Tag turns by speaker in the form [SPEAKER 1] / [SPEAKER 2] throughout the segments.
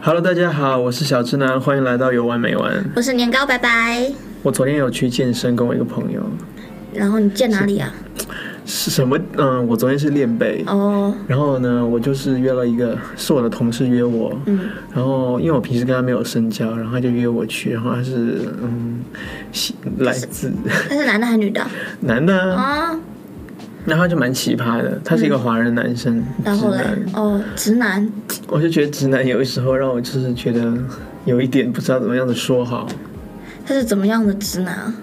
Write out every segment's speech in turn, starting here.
[SPEAKER 1] Hello，大家好，我是小直男，欢迎来到有完没完。
[SPEAKER 2] 我是年糕，拜拜。
[SPEAKER 1] 我昨天有去健身，跟我一个朋友。
[SPEAKER 2] 然后你见哪里啊？
[SPEAKER 1] 是什么？嗯，我昨天是练背，
[SPEAKER 2] 哦，
[SPEAKER 1] 然后呢，我就是约了一个，是我的同事约我，
[SPEAKER 2] 嗯，
[SPEAKER 1] 然后因为我平时跟他没有深交，然后他就约我去，然后他是嗯，西来自
[SPEAKER 2] 他是男的还是女的？
[SPEAKER 1] 男的啊，
[SPEAKER 2] 啊、
[SPEAKER 1] 然后他就蛮奇葩的，他是一个华人男生，
[SPEAKER 2] 嗯然
[SPEAKER 1] 直
[SPEAKER 2] 后嘞
[SPEAKER 1] 男，，
[SPEAKER 2] 哦，直男，
[SPEAKER 1] 我就觉得直男有的时候让我就是觉得有一点不知道怎么样的说好，
[SPEAKER 2] 他是怎么样的直男啊？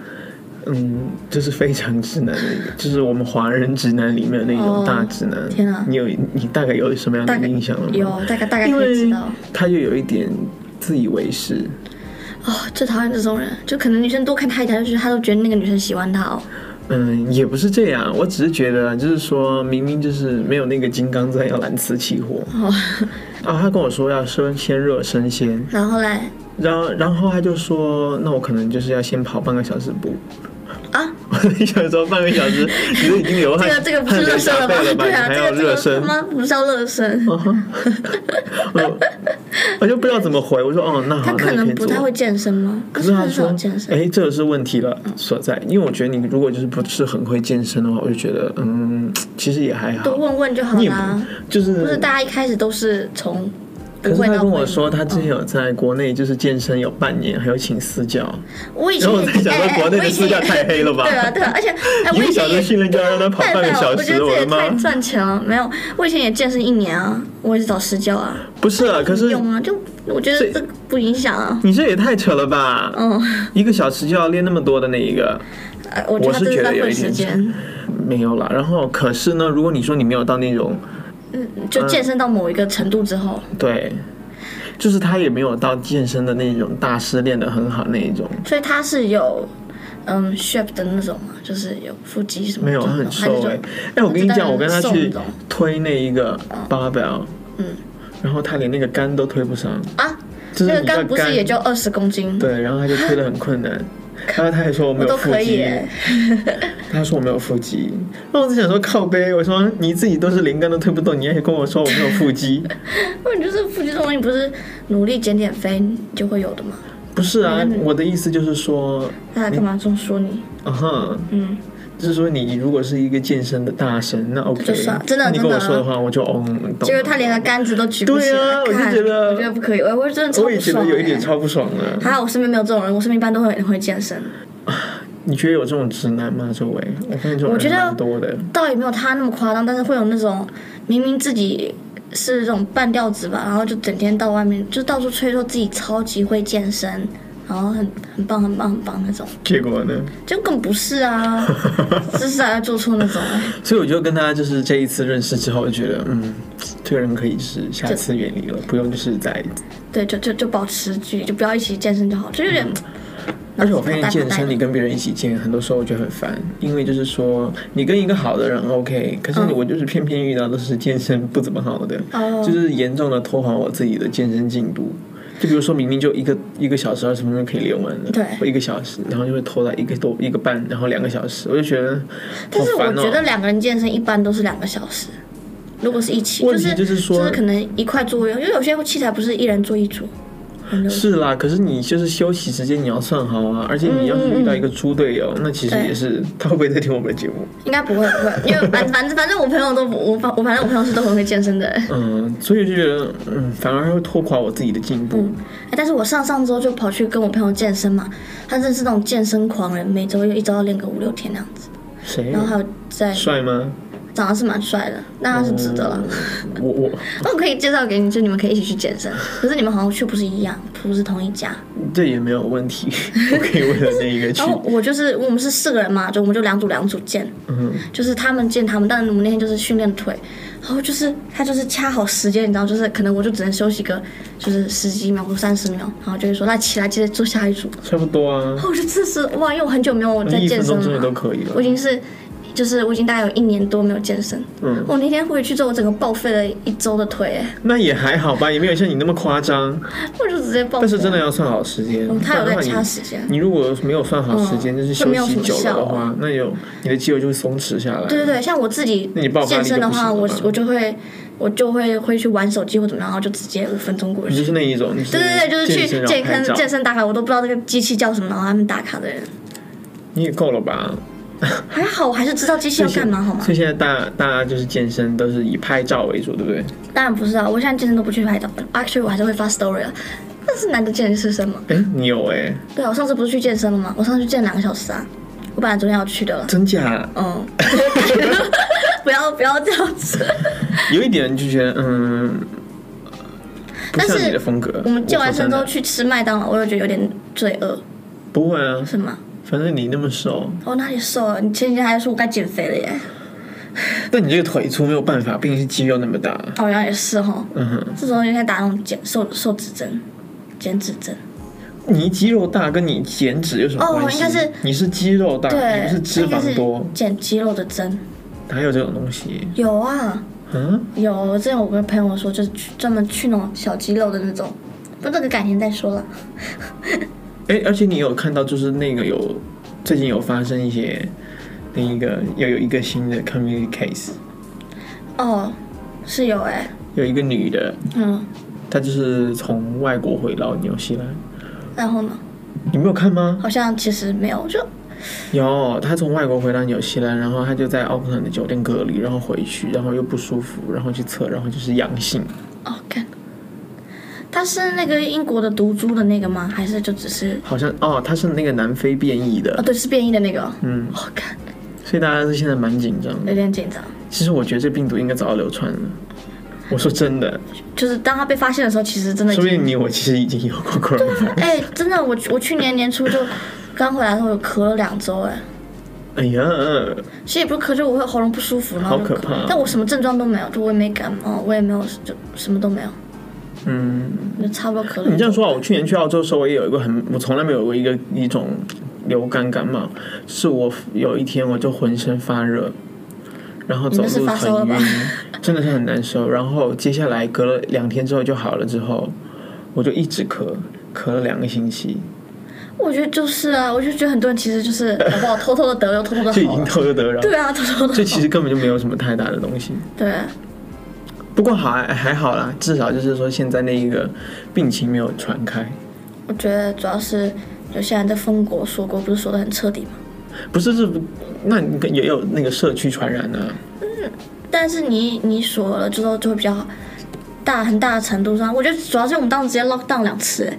[SPEAKER 1] 嗯，就是非常直男的一个，就是我们华人直男里面的那种
[SPEAKER 2] 哦
[SPEAKER 1] 大直男。
[SPEAKER 2] 天啊
[SPEAKER 1] 你有你大概有什么样
[SPEAKER 2] 大概
[SPEAKER 1] 的印象了吗？
[SPEAKER 2] 有，大概大概
[SPEAKER 1] 因
[SPEAKER 2] 可以知
[SPEAKER 1] 为
[SPEAKER 2] 道。
[SPEAKER 1] 他就有一点自以为是，
[SPEAKER 2] 哦，最讨厌这种人，就可能女生多看他一眼，就是他都觉得那个女生喜欢他哦。
[SPEAKER 1] 嗯，也不是这样，我只是觉得啊，就是说明明就是没有那个金刚钻要揽瓷器活
[SPEAKER 2] 哦，
[SPEAKER 1] 啊，他跟我说要先先热身先，
[SPEAKER 2] 然后嘞，
[SPEAKER 1] 然后然后他就说，那我可能就是要先跑半个小时步。
[SPEAKER 2] 啊，
[SPEAKER 1] 我在想说半个小时，你都已经流
[SPEAKER 2] 这
[SPEAKER 1] 汗，
[SPEAKER 2] 个这个不是
[SPEAKER 1] 汗流
[SPEAKER 2] 热身
[SPEAKER 1] 浃
[SPEAKER 2] 了
[SPEAKER 1] 背了吧？
[SPEAKER 2] 对啊，
[SPEAKER 1] 你还
[SPEAKER 2] 这
[SPEAKER 1] 要
[SPEAKER 2] 个这
[SPEAKER 1] 热身
[SPEAKER 2] 个他，妈不叫热身，
[SPEAKER 1] 啊哈 我我就不知道怎么回，我说哦，那好，
[SPEAKER 2] 他
[SPEAKER 1] 那
[SPEAKER 2] 可
[SPEAKER 1] 你可以
[SPEAKER 2] 能
[SPEAKER 1] 做
[SPEAKER 2] 不太会。健身吗？
[SPEAKER 1] 可是他
[SPEAKER 2] 很
[SPEAKER 1] 说
[SPEAKER 2] 少健，身。嗯
[SPEAKER 1] 哎，这个是问题了所在，因为我觉得你如果就是不是很会健身的话，我就觉得，嗯，其实也还
[SPEAKER 2] 多
[SPEAKER 1] 好，
[SPEAKER 2] 问问就好
[SPEAKER 1] 你也
[SPEAKER 2] 啦，
[SPEAKER 1] 就是。
[SPEAKER 2] 不是大家一开始都是从
[SPEAKER 1] 可
[SPEAKER 2] 不
[SPEAKER 1] 是
[SPEAKER 2] 会
[SPEAKER 1] 他
[SPEAKER 2] 到
[SPEAKER 1] 跟
[SPEAKER 2] 会嗯
[SPEAKER 1] 我
[SPEAKER 2] 吗。
[SPEAKER 1] 说，他之前有在国内就是健身有半年，还有请私教。
[SPEAKER 2] 我以前
[SPEAKER 1] 然后我
[SPEAKER 2] 也
[SPEAKER 1] 在想说
[SPEAKER 2] 哎哎
[SPEAKER 1] 国内的
[SPEAKER 2] 我以前
[SPEAKER 1] 私教
[SPEAKER 2] 也
[SPEAKER 1] 太黑了吧
[SPEAKER 2] 对啊，对啊，而且哎，我
[SPEAKER 1] 一个
[SPEAKER 2] 以
[SPEAKER 1] 小
[SPEAKER 2] 前
[SPEAKER 1] 时
[SPEAKER 2] 也
[SPEAKER 1] 训练就要让他跑半个小
[SPEAKER 2] 我觉
[SPEAKER 1] 时，
[SPEAKER 2] 得
[SPEAKER 1] 我
[SPEAKER 2] 这
[SPEAKER 1] 的
[SPEAKER 2] 也太
[SPEAKER 1] 妈！
[SPEAKER 2] 赚钱了。没有，我以前也健身一年啊，我也是找私教啊，
[SPEAKER 1] 不是啊，可是
[SPEAKER 2] 用啊，就我觉
[SPEAKER 1] 这
[SPEAKER 2] 得这个不影响啊。
[SPEAKER 1] 你这也太扯了吧！
[SPEAKER 2] 嗯，
[SPEAKER 1] 一个小时就要练那么多的那一个。
[SPEAKER 2] 呃我觉得
[SPEAKER 1] 我
[SPEAKER 2] 他
[SPEAKER 1] 是
[SPEAKER 2] 这
[SPEAKER 1] 觉得
[SPEAKER 2] 是浪
[SPEAKER 1] 有一
[SPEAKER 2] 费
[SPEAKER 1] 点
[SPEAKER 2] 时间，
[SPEAKER 1] 没有啦，然后可是呢，如果你说你没有到那种
[SPEAKER 2] 嗯
[SPEAKER 1] 嗯
[SPEAKER 2] 就健身到某一个程度之后，
[SPEAKER 1] 对，就是他也没有到健身的那种大师练得很好那一种，
[SPEAKER 2] 所以他是有嗯 shape 的那种嘛，就是有腹肌什么
[SPEAKER 1] 没
[SPEAKER 2] 的
[SPEAKER 1] 有他
[SPEAKER 2] 那种，
[SPEAKER 1] 很
[SPEAKER 2] 还是
[SPEAKER 1] 瘦
[SPEAKER 2] 就
[SPEAKER 1] 哎、哎，我跟你讲，我跟他
[SPEAKER 2] 瘦那
[SPEAKER 1] 去
[SPEAKER 2] 种
[SPEAKER 1] 推那一个 barbell，
[SPEAKER 2] 嗯，
[SPEAKER 1] 然后他连那个杆都推不上，
[SPEAKER 2] 啊，
[SPEAKER 1] 就是
[SPEAKER 2] 那个
[SPEAKER 1] 比较
[SPEAKER 2] 杆不是也
[SPEAKER 1] 干，
[SPEAKER 2] 就二十公斤，
[SPEAKER 1] 对，然后他就推得很困 难，然后他还说我没
[SPEAKER 2] 我
[SPEAKER 1] 有
[SPEAKER 2] 都
[SPEAKER 1] 腹
[SPEAKER 2] 可以
[SPEAKER 1] 肌，
[SPEAKER 2] 哎。
[SPEAKER 1] 他说我没有腹肌，那我只想说靠背，我说你自己都是连杆都推不动，你还跟我说我没有腹 肌，
[SPEAKER 2] 那你就是腹肌这种东西，不是努力减减肥你就会有的吗？
[SPEAKER 1] 不是啊，
[SPEAKER 2] 嗯
[SPEAKER 1] 我的意思就是说，
[SPEAKER 2] 那哎他干嘛这么说你？
[SPEAKER 1] 嗯哼。
[SPEAKER 2] 嗯，
[SPEAKER 1] 就是说，你如果是一个健身的大神，那 OK，
[SPEAKER 2] 就算真的
[SPEAKER 1] 那你跟
[SPEAKER 2] 真的
[SPEAKER 1] 我说的话，我就哦，嗯懂
[SPEAKER 2] 结果他连个杆子都举不起
[SPEAKER 1] 对啊
[SPEAKER 2] 来，
[SPEAKER 1] 我就
[SPEAKER 2] 看
[SPEAKER 1] 觉得
[SPEAKER 2] 我觉得不可以，我我真的超
[SPEAKER 1] 我
[SPEAKER 2] 不
[SPEAKER 1] 也觉得
[SPEAKER 2] 爽、欸。
[SPEAKER 1] 有一点超不爽啊的。
[SPEAKER 2] 还好我身边没有这种人，我身边一般都会很会健身，
[SPEAKER 1] 你觉得有这种直男吗？周围，我发现这种
[SPEAKER 2] 我觉
[SPEAKER 1] 人
[SPEAKER 2] 得
[SPEAKER 1] 蛮多的。
[SPEAKER 2] 倒也没有他那么夸张，但是会有那种明明自己是这种半吊子吧，然后就整天到外面就到处吹说自己超级会健身，然后很很棒很棒很棒那 种，
[SPEAKER 1] 结果呢？
[SPEAKER 2] 就更不是啊，这是还做错那种、欸。
[SPEAKER 1] 所以我就跟他就是这一次认识之后，我就觉得嗯，这个人可以是下次远离了，不用就是在。
[SPEAKER 2] 对，就就就保持距离，就不要一起健身就好，就有点。
[SPEAKER 1] 嗯
[SPEAKER 2] 嗯
[SPEAKER 1] 而且我发现
[SPEAKER 2] 脑子
[SPEAKER 1] 健
[SPEAKER 2] 不大
[SPEAKER 1] 身，你跟别人一起健，很多时候我觉得很烦，因为就是说你跟一个好的人 OK，可是我就是偏偏遇到的是健身不怎么好的，
[SPEAKER 2] 嗯 哦
[SPEAKER 1] 就是严重的拖缓我自己的健身进度。就比如说明明就一个一个小时二十分钟可以练完的，
[SPEAKER 2] 对
[SPEAKER 1] 或一个小时，然后就会拖到一个多一个半，然后两个小时，我就觉得好
[SPEAKER 2] 但是我
[SPEAKER 1] 烦哦、
[SPEAKER 2] 觉得两个人健身一般都是两个小时，如果是一起，
[SPEAKER 1] 问
[SPEAKER 2] 就
[SPEAKER 1] 题
[SPEAKER 2] 是
[SPEAKER 1] 就是说
[SPEAKER 2] 可能一块作用，因为有些器材不是一人做一组，有没有
[SPEAKER 1] 是啦，可是你就是休息时间你要算好啊，而且你要是遇到一个猪队友，那其实
[SPEAKER 2] 嗯对
[SPEAKER 1] 也是 他会不会在听我们的节目？
[SPEAKER 2] 应该不会不会，因为反反正反正我朋友都不我反我反正我朋友是都很会健身的人，
[SPEAKER 1] 嗯，所以就觉得，嗯，反而会拖垮我自己的进步。
[SPEAKER 2] 哎但是我上上周就跑去跟我朋友健身嘛，他真的是那种健身狂人，每周一周要练个五六天那样子，
[SPEAKER 1] 谁
[SPEAKER 2] 然后还有在
[SPEAKER 1] 嗯帅吗？
[SPEAKER 2] 长得是蛮帅的，那他是值得了。
[SPEAKER 1] 嗯我我
[SPEAKER 2] 那我可以介绍给你，就你们可以一起去健身，可是你们好像去不是一样，不是同一家。
[SPEAKER 1] 这也没有问 题，我可以为了那一个去
[SPEAKER 2] 然。后我就是我们是四个人嘛，就我们就两组两组健，
[SPEAKER 1] 嗯，
[SPEAKER 2] 就是他们健他们，但是我们那天就是训练腿，然后就是他就是掐好时间，你知道，就是可能我就只能休息个就是十几秒或三十秒，然后就会说来起来接着做下一组。
[SPEAKER 1] 差不多啊
[SPEAKER 2] 然，后我就这是哇，因为我很久没有在
[SPEAKER 1] 一
[SPEAKER 2] 健
[SPEAKER 1] 分
[SPEAKER 2] 身
[SPEAKER 1] 钟之内
[SPEAKER 2] 了
[SPEAKER 1] 都
[SPEAKER 2] 嘛，
[SPEAKER 1] 可以了
[SPEAKER 2] 我已。经是。就是我已经大概有一年多没有健身，哦
[SPEAKER 1] 嗯，
[SPEAKER 2] 我那天回去之后，我整个报废了一周的腿，哎
[SPEAKER 1] 那也还好吧，也没有像你那么夸张。
[SPEAKER 2] 我就直接报废
[SPEAKER 1] 但
[SPEAKER 2] 了。
[SPEAKER 1] 是真的要算好时间
[SPEAKER 2] 嗯，，哦他有
[SPEAKER 1] 不然
[SPEAKER 2] 在
[SPEAKER 1] 的话
[SPEAKER 2] 掐
[SPEAKER 1] 你
[SPEAKER 2] 时间。
[SPEAKER 1] 你如果没有算好时间，
[SPEAKER 2] 嗯
[SPEAKER 1] 就是
[SPEAKER 2] 就
[SPEAKER 1] 休
[SPEAKER 2] 没有
[SPEAKER 1] 息
[SPEAKER 2] 什么
[SPEAKER 1] 久了
[SPEAKER 2] 效
[SPEAKER 1] 的
[SPEAKER 2] 果
[SPEAKER 1] 话，那有你的肌肉就会松弛下来。
[SPEAKER 2] 对对对，像我自己
[SPEAKER 1] 那你爆发力
[SPEAKER 2] 健身的话，
[SPEAKER 1] 就不
[SPEAKER 2] 我
[SPEAKER 1] 行了吧
[SPEAKER 2] 我就会我就会会去玩手机或怎么样，然后就直接五分钟过
[SPEAKER 1] 你
[SPEAKER 2] 去。
[SPEAKER 1] 就是那一种，对
[SPEAKER 2] 对对对，就是去健
[SPEAKER 1] 健身然后拍
[SPEAKER 2] 身健
[SPEAKER 1] 照，
[SPEAKER 2] 身打卡，我都不知道这个机器叫什么，然后他们打卡的人
[SPEAKER 1] 你也够了吧？
[SPEAKER 2] 还好，我还是知道机器要干嘛好吗
[SPEAKER 1] 所？以现在大大家就是健身都是以拍照为主，对不对？
[SPEAKER 2] 当然不是啊，我现在健身都不去拍照，actually 我还是会发 story 啊。那是难得健身生嘛？
[SPEAKER 1] 哎，你有哎、
[SPEAKER 2] 对啊，我上次不是去健身了吗？我上次去健两个小时啊，我本来昨天要去的了。
[SPEAKER 1] 真假？
[SPEAKER 2] 嗯， 不要不要这样子。
[SPEAKER 1] 有一点就觉得嗯，不
[SPEAKER 2] 但
[SPEAKER 1] 像
[SPEAKER 2] 是
[SPEAKER 1] 你的风格。
[SPEAKER 2] 我们健完身之后
[SPEAKER 1] 说
[SPEAKER 2] 去吃麦当劳，我又觉得有点罪恶，
[SPEAKER 1] 真的不会啊，
[SPEAKER 2] 是吗？哦
[SPEAKER 1] 反正你那么瘦，
[SPEAKER 2] 我、哪里瘦了？你前几天还说我该减肥了耶。
[SPEAKER 1] 但你这个腿粗没有办法，毕竟是肌肉那么大。
[SPEAKER 2] 哦，然后也是哈，
[SPEAKER 1] 嗯哼，
[SPEAKER 2] 这时候应该打那种减瘦瘦脂针，减脂针。
[SPEAKER 1] 你肌肉大跟你减脂有什么
[SPEAKER 2] 哦
[SPEAKER 1] 关系？
[SPEAKER 2] 应该是
[SPEAKER 1] 你是肌肉大，你
[SPEAKER 2] 对，
[SPEAKER 1] 不是脂
[SPEAKER 2] 那应该
[SPEAKER 1] 肪
[SPEAKER 2] 是
[SPEAKER 1] 多，
[SPEAKER 2] 减肌肉的针。
[SPEAKER 1] 哪有这种东西？
[SPEAKER 2] 有啊，
[SPEAKER 1] 嗯，
[SPEAKER 2] 有。我之前我跟朋友说，就是去专门去那种小肌肉的那种。不，这个改天再说了。
[SPEAKER 1] 哎，而且你有看到就是那个有最近有发生一些那一个又有一个新的 community case，
[SPEAKER 2] 哦，是有哎、
[SPEAKER 1] 有一个女的，
[SPEAKER 2] 嗯，
[SPEAKER 1] 她就是从外国回到纽西兰，
[SPEAKER 2] 然后呢？
[SPEAKER 1] 你没有看吗？
[SPEAKER 2] 好像其实没有，就
[SPEAKER 1] 有，他从外国回到纽西兰，然后他就在奥克兰的酒店隔离，然后回去，然后又不舒服，然后去测，然后就是阳性。
[SPEAKER 2] 哦，看，他是那个英国的毒株的那个吗？还是就只是？
[SPEAKER 1] 好像哦，他是那个南非变异
[SPEAKER 2] 哦，
[SPEAKER 1] 的，
[SPEAKER 2] 对，是变异的那个哦。
[SPEAKER 1] 嗯，
[SPEAKER 2] 哦，看，
[SPEAKER 1] 所以大家是现在蛮紧张的。
[SPEAKER 2] 有点紧张。
[SPEAKER 1] 其实我觉得这病毒应该早就流传了。我说真的，
[SPEAKER 2] 就是当他被发现的时候，其实真的已
[SPEAKER 1] 说不
[SPEAKER 2] 经，
[SPEAKER 1] 定你我其实已经有过 corona。
[SPEAKER 2] 哎、真的，我我去年年初就刚回来的时候，有咳了两周，哎，
[SPEAKER 1] 哎呀，
[SPEAKER 2] 其实也不是咳，就我会喉咙不舒服，然后就
[SPEAKER 1] 好可
[SPEAKER 2] 咳
[SPEAKER 1] 怕
[SPEAKER 2] 但我什么症状都没有，就我也没感冒，我也没有就什么都没有，
[SPEAKER 1] 嗯，
[SPEAKER 2] 就差不多咳了。
[SPEAKER 1] 你这样说啊，我去年去澳洲的时候，我也有一个很，我从来没有过一个一种流感感冒，是我有一天我就浑身发热，然后走
[SPEAKER 2] 你那是
[SPEAKER 1] 路
[SPEAKER 2] 发烧了
[SPEAKER 1] 很
[SPEAKER 2] 吧
[SPEAKER 1] 晕，真的是很难受。然后接下来隔了两天之后就好了，之后我就一直咳，咳了两个星期，
[SPEAKER 2] 我觉得就是啊，我就觉得很多人其实就是，好不好，偷偷的得又偷偷的
[SPEAKER 1] 就已
[SPEAKER 2] 好
[SPEAKER 1] 经
[SPEAKER 2] 了。
[SPEAKER 1] 偷着得了。
[SPEAKER 2] 对啊，偷偷的。
[SPEAKER 1] 这其实根本就没有什么太大的东西。
[SPEAKER 2] 对，啊
[SPEAKER 1] 不过还还好啦，至少就是说现在那一个病情没有传开。
[SPEAKER 2] 我觉得主要是就现在在封国锁国，不是锁的很彻底嘛。
[SPEAKER 1] 不是这，那你也有那个社区传染啊。
[SPEAKER 2] 但是你你锁了之后就会比较好，大很大的程度上，我觉得主要是我们当时直接 lock down 两次，哎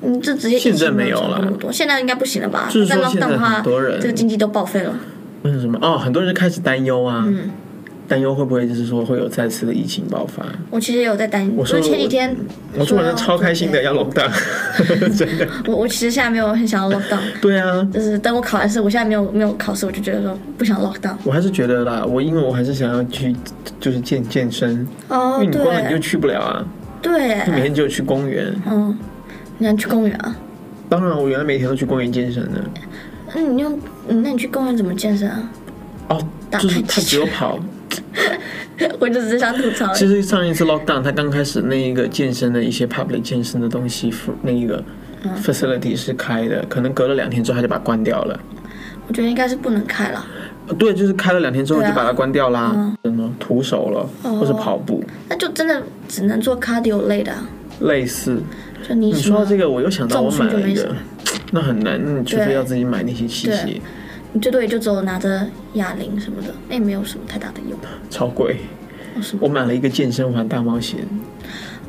[SPEAKER 2] 你就直接疫情
[SPEAKER 1] 现在没有
[SPEAKER 2] 传播那么
[SPEAKER 1] 了
[SPEAKER 2] 多，现在应该不行了吧？
[SPEAKER 1] 就是
[SPEAKER 2] 再
[SPEAKER 1] 说
[SPEAKER 2] lock
[SPEAKER 1] 现
[SPEAKER 2] down
[SPEAKER 1] 在
[SPEAKER 2] 的话，
[SPEAKER 1] 很多人
[SPEAKER 2] 这个经济都报废了。
[SPEAKER 1] 为什么？哦，很多人就开始担忧啊，
[SPEAKER 2] 嗯，
[SPEAKER 1] 担忧会不会就是说会有再次的疫情爆发？
[SPEAKER 2] 我其实也有在担心，
[SPEAKER 1] 我说
[SPEAKER 2] 因为前几天
[SPEAKER 1] 我突然超开心的
[SPEAKER 2] 说
[SPEAKER 1] 要 lock down，真的。
[SPEAKER 2] 我我其实现在没有很想要 lock down，
[SPEAKER 1] 对啊，
[SPEAKER 2] 就是等我考完试，我现在没有没有考试，我就觉得说不想 lock down。
[SPEAKER 1] 我还是觉得啦，我因为我还是想要去就是健健身，因
[SPEAKER 2] 哦
[SPEAKER 1] 为，你光你就
[SPEAKER 2] 对
[SPEAKER 1] 去不了啊，
[SPEAKER 2] 对，哎
[SPEAKER 1] 你每天只有去公园。
[SPEAKER 2] 嗯，你想去公园啊？
[SPEAKER 1] 当然，我原来每天都去公园健身的。
[SPEAKER 2] 那你用，嗯那你去公园怎么健身啊？
[SPEAKER 1] 哦，
[SPEAKER 2] 打
[SPEAKER 1] 就是
[SPEAKER 2] 太
[SPEAKER 1] 他
[SPEAKER 2] 极
[SPEAKER 1] 只有 跑。
[SPEAKER 2] 我就只是想吐槽而已。
[SPEAKER 1] 其实上一次 lock down，他刚开始那一个健身的一些 public 健身的东西，那一个
[SPEAKER 2] 嗯
[SPEAKER 1] facility 是开的，可能隔了两天之后他就把它关掉了。
[SPEAKER 2] 我觉得应该是不能开了。
[SPEAKER 1] 对，就是开了两天之后就
[SPEAKER 2] 对啊嗯哦
[SPEAKER 1] 把它关掉啦，什么徒手了，或是跑步，
[SPEAKER 2] 那就真的只能做 cardio 类的、啊，
[SPEAKER 1] 类似。
[SPEAKER 2] 就你
[SPEAKER 1] 你
[SPEAKER 2] 什
[SPEAKER 1] 说
[SPEAKER 2] 么
[SPEAKER 1] 到这个，我又想到我买了一
[SPEAKER 2] 重训
[SPEAKER 1] 个
[SPEAKER 2] 就没什么，
[SPEAKER 1] 那很难，嗯，除非
[SPEAKER 2] 对
[SPEAKER 1] 要自己买那些器械
[SPEAKER 2] 对，你最多也就只有拿着哑铃什么的，那也没有什么太大的用。
[SPEAKER 1] 超贵。
[SPEAKER 2] 哦什么？
[SPEAKER 1] 我买了一个健身环大冒险，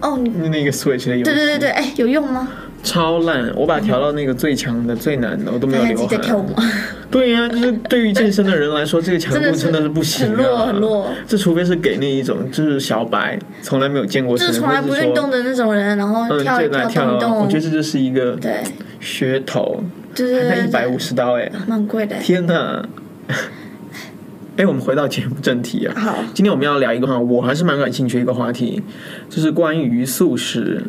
[SPEAKER 2] 哦，你
[SPEAKER 1] 那个 Switch 的游
[SPEAKER 2] 对对
[SPEAKER 1] 戏
[SPEAKER 2] 对对，哎，有用吗？
[SPEAKER 1] 超烂，我把它调到那个最强的、最难的，我都 没
[SPEAKER 2] 大
[SPEAKER 1] 有啊
[SPEAKER 2] 家自
[SPEAKER 1] 流
[SPEAKER 2] 己在跳舞
[SPEAKER 1] 汗。
[SPEAKER 2] 吗？
[SPEAKER 1] 对呀，就是对于健身的人来说，这个强度真的是不行，啊
[SPEAKER 2] 很弱很。弱，
[SPEAKER 1] 这除非是给那一种就是小白，从来没有见过
[SPEAKER 2] 就
[SPEAKER 1] 身，
[SPEAKER 2] 是从来不
[SPEAKER 1] 或者
[SPEAKER 2] 运
[SPEAKER 1] 说
[SPEAKER 2] 动的那种人，然后
[SPEAKER 1] 嗯，
[SPEAKER 2] 跳一
[SPEAKER 1] 对来
[SPEAKER 2] 跳
[SPEAKER 1] 跳
[SPEAKER 2] 动一
[SPEAKER 1] 啊，我觉得
[SPEAKER 2] 动，
[SPEAKER 1] 这就是一个
[SPEAKER 2] 对，
[SPEAKER 1] 噱头，
[SPEAKER 2] 就是
[SPEAKER 1] 那一百五十刀哎、
[SPEAKER 2] 蛮贵的。
[SPEAKER 1] 天哪！ 哎，我们回到节目正题啊。
[SPEAKER 2] 好，
[SPEAKER 1] 今天我们要聊一个哈，我还是蛮感兴趣的一个话题，就是关于素食。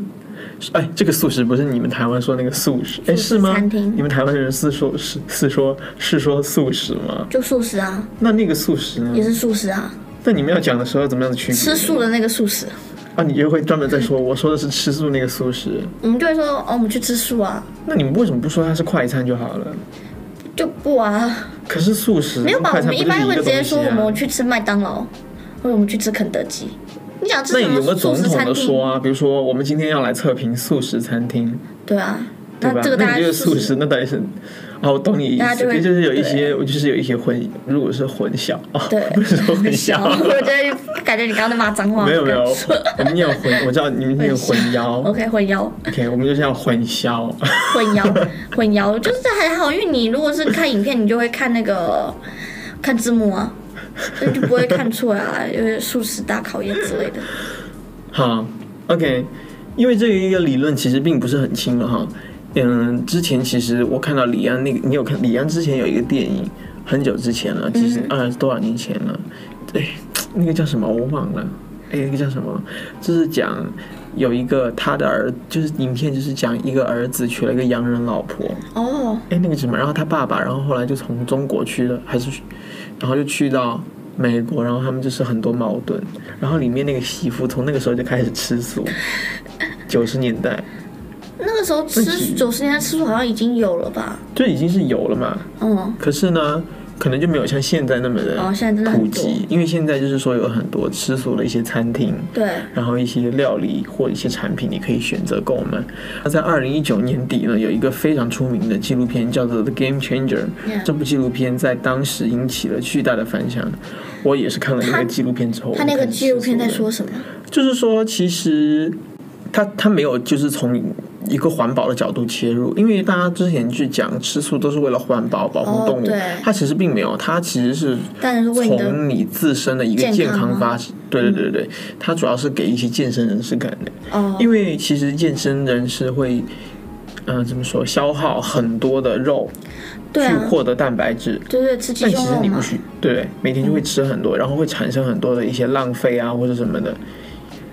[SPEAKER 1] 哎，这个素食不是你们台湾说那个素食，哎，
[SPEAKER 2] 素食
[SPEAKER 1] 是吗？
[SPEAKER 2] 餐厅
[SPEAKER 1] 你们台湾人是说是是说是说素食吗？
[SPEAKER 2] 就素食啊，
[SPEAKER 1] 那那个素食呢
[SPEAKER 2] 也？是素食啊，
[SPEAKER 1] 那你们要讲的时候怎么样的区别？
[SPEAKER 2] 吃素的那个素食，
[SPEAKER 1] 啊，你就会专门在说，我说的是吃素那个素食。
[SPEAKER 2] 我们就会说哦，我们去吃素啊，
[SPEAKER 1] 那你们为什么不说它是快餐就好了？
[SPEAKER 2] 就不啊，
[SPEAKER 1] 可是素食
[SPEAKER 2] 没有吧？
[SPEAKER 1] 快
[SPEAKER 2] 我
[SPEAKER 1] 餐
[SPEAKER 2] 们
[SPEAKER 1] 不
[SPEAKER 2] 一
[SPEAKER 1] 就是
[SPEAKER 2] 般
[SPEAKER 1] 一
[SPEAKER 2] 会
[SPEAKER 1] 个
[SPEAKER 2] 直
[SPEAKER 1] 东西啊
[SPEAKER 2] 接说我们去吃麦当劳，或者我们去吃肯德基。你想吃
[SPEAKER 1] 那
[SPEAKER 2] 什
[SPEAKER 1] 你有
[SPEAKER 2] 么
[SPEAKER 1] 个
[SPEAKER 2] 素
[SPEAKER 1] 总
[SPEAKER 2] 食
[SPEAKER 1] 统
[SPEAKER 2] 餐
[SPEAKER 1] 的
[SPEAKER 2] 厅？
[SPEAKER 1] 说啊，比如说我们今天要来测评素食餐厅，
[SPEAKER 2] 对啊，
[SPEAKER 1] 对吧
[SPEAKER 2] 那这？个
[SPEAKER 1] 那
[SPEAKER 2] 大
[SPEAKER 1] 你就
[SPEAKER 2] 家
[SPEAKER 1] 是素食，那到底是？哦，我懂你意
[SPEAKER 2] 大家
[SPEAKER 1] 思，
[SPEAKER 2] 就会
[SPEAKER 1] 就是有一些，就是有一些混，如果是混淆，哦，
[SPEAKER 2] 对
[SPEAKER 1] 不是说混
[SPEAKER 2] 小，
[SPEAKER 1] 淆，
[SPEAKER 2] 我觉得感觉你刚刚在骂脏话。
[SPEAKER 1] 没有没有
[SPEAKER 2] 不敢说，
[SPEAKER 1] 我们念混，我知道你们念混 淆
[SPEAKER 2] OK，混淆，
[SPEAKER 1] ，OK，我们就是要混淆，
[SPEAKER 2] 混淆， 混淆，就是还好，因为你如果是看影片，你就会看那个看字幕啊，所以就不会看出来啊，因为素食大考验之类的。
[SPEAKER 1] 好，OK，因为这个一个理论其实并不是很清了哈。嗯，之前其实我看到李安那个，你有看李安之前有一个电影，很久之前了，其实二十多少年前了，对，那个叫什么我忘了，哎，那个叫什么，就是讲有一个他的儿，就是影片就是讲一个儿子娶了一个洋人老婆，
[SPEAKER 2] 哦，
[SPEAKER 1] 哎，那个什么，然后他爸爸，然后后来就从中国去了，还是去，然后就去到美国，然后他们就是很多矛盾，然后里面那个媳妇从那个时候就开始吃素，九十年代
[SPEAKER 2] 那个时候吃九十年代吃素好像已经有了吧？
[SPEAKER 1] 就已经是有了嘛，
[SPEAKER 2] 嗯，
[SPEAKER 1] 可是呢，可能就没有像现在那么
[SPEAKER 2] 哦，
[SPEAKER 1] 的
[SPEAKER 2] 现在真的
[SPEAKER 1] 普
[SPEAKER 2] 很多。
[SPEAKER 1] 及，因为现在就是说有很多吃素的一些餐厅，
[SPEAKER 2] 对，
[SPEAKER 1] 然后一些料理或一些产品，你可以选择购买。那在二零一九年底呢，有一个非常出名的纪录片叫做《The Game Changer》，
[SPEAKER 2] Yeah
[SPEAKER 1] 这部纪录片在当时引起了巨大的反响。我也是看了那个纪录片之后，
[SPEAKER 2] 他那
[SPEAKER 1] 我
[SPEAKER 2] 个
[SPEAKER 1] 开始
[SPEAKER 2] 纪录片在
[SPEAKER 1] 吃素的，
[SPEAKER 2] 说什么？
[SPEAKER 1] 就是说其实他他没有就是从。一个环保的角度切入，因为大家之前去讲吃素都是为了环保、保护
[SPEAKER 2] 哦
[SPEAKER 1] 动物，
[SPEAKER 2] 对
[SPEAKER 1] 它其实并没有，它其实是
[SPEAKER 2] 但是为你的
[SPEAKER 1] 从你自身的一个健
[SPEAKER 2] 健康
[SPEAKER 1] 康
[SPEAKER 2] 吗嗯
[SPEAKER 1] 发，对对对对，它主要是给一些健身人士看的，
[SPEAKER 2] 哦，
[SPEAKER 1] 因为其实健身人士会，嗯、怎么说，消耗很多的肉
[SPEAKER 2] 对
[SPEAKER 1] 去
[SPEAKER 2] 啊，
[SPEAKER 1] 获得蛋白质，
[SPEAKER 2] 对对，吃鸡
[SPEAKER 1] 但
[SPEAKER 2] 胸
[SPEAKER 1] 其实
[SPEAKER 2] 肉
[SPEAKER 1] 你不
[SPEAKER 2] 嘛，嗯
[SPEAKER 1] 需对，每天就会吃很多，然后会产生很多的一些浪费啊或者什么的，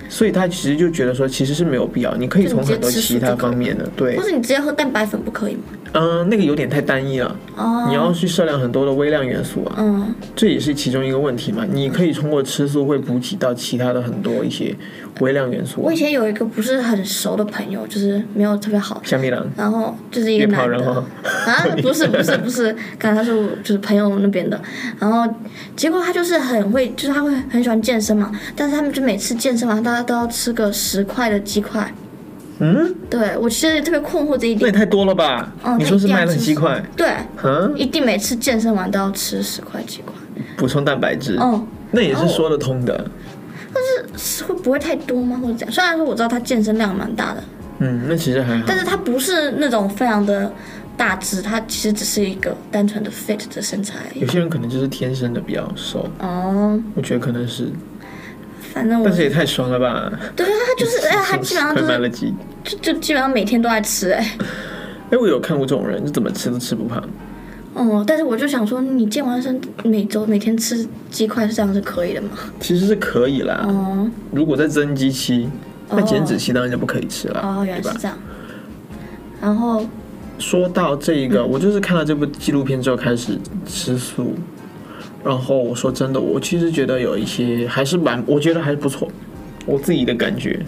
[SPEAKER 1] 所以他其实就觉得说其实是没有必要，你可以
[SPEAKER 2] 就
[SPEAKER 1] 从
[SPEAKER 2] 你直接
[SPEAKER 1] 很多
[SPEAKER 2] 吃
[SPEAKER 1] 其
[SPEAKER 2] 素
[SPEAKER 1] 他
[SPEAKER 2] 就可以嗯
[SPEAKER 1] 方面的对
[SPEAKER 2] 或，者你直接喝蛋白粉不可以吗？
[SPEAKER 1] 嗯、那个有点太单一了，你
[SPEAKER 2] 哦，
[SPEAKER 1] 要去摄量很多的微量元素啊，
[SPEAKER 2] 嗯，
[SPEAKER 1] 这也是其中一个问题嘛。你可以通过吃素会补给到其他的很多一些微量元素
[SPEAKER 2] 我
[SPEAKER 1] 啊
[SPEAKER 2] 以，前有一个不是很熟的朋友，就是没有特别好，
[SPEAKER 1] 香槟榔、
[SPEAKER 2] 然后就是一
[SPEAKER 1] 约
[SPEAKER 2] 个
[SPEAKER 1] 炮，
[SPEAKER 2] 男
[SPEAKER 1] 然
[SPEAKER 2] 的
[SPEAKER 1] 后。
[SPEAKER 2] 啊，不是不是不 是，刚才他是我就是朋友那边的，然后结果他就是很会，就是他会很喜欢健身嘛，但是他们就每次健身完，大家都要吃个十块的鸡块。
[SPEAKER 1] 嗯，
[SPEAKER 2] 对我其实也特别困惑这一
[SPEAKER 1] 那
[SPEAKER 2] 点。
[SPEAKER 1] 也太多了吧？
[SPEAKER 2] 哦
[SPEAKER 1] 你
[SPEAKER 2] 那
[SPEAKER 1] 说
[SPEAKER 2] 一
[SPEAKER 1] 是
[SPEAKER 2] 定
[SPEAKER 1] 卖
[SPEAKER 2] 要
[SPEAKER 1] 了
[SPEAKER 2] 吃
[SPEAKER 1] 几块？
[SPEAKER 2] 对，
[SPEAKER 1] 嗯，
[SPEAKER 2] 一定每次健身完都要吃十块鸡块。
[SPEAKER 1] 补充蛋白质，
[SPEAKER 2] 哦，
[SPEAKER 1] 那也是说得通的。
[SPEAKER 2] 是会不会太多吗？或者怎样？虽然说我知道他健身量蛮大的，
[SPEAKER 1] 嗯，那其实还好
[SPEAKER 2] 但。是他不是那种非常的大只，他其实只是一个单纯的 fit 的身材而已
[SPEAKER 1] 有。些人可能就是天生的比较瘦，
[SPEAKER 2] 哦，
[SPEAKER 1] 我觉得可能是，
[SPEAKER 2] 反正我
[SPEAKER 1] 但是也太爽了吧！
[SPEAKER 2] 对啊，他 就是哎，他基本上
[SPEAKER 1] 快
[SPEAKER 2] 就
[SPEAKER 1] 卖
[SPEAKER 2] 是
[SPEAKER 1] 了几。
[SPEAKER 2] 就就基本上每天都在吃哎、
[SPEAKER 1] 哎，我有看过这种人，就怎么吃都吃不胖。
[SPEAKER 2] 哦、但是我就想说，你健完身每周每天吃鸡块是这样是可以的吗？
[SPEAKER 1] 其实是可以啦，
[SPEAKER 2] 哦、
[SPEAKER 1] 如果在增肌期，那减脂期当然就不可以吃了，
[SPEAKER 2] 哦，原
[SPEAKER 1] 对吧
[SPEAKER 2] 来是？这样。然后
[SPEAKER 1] 说到这个，我就是看到这部纪录片之后开始吃素，然后我说真的，我其实觉得有一些还是蛮，我觉得还不错，我自己的感觉，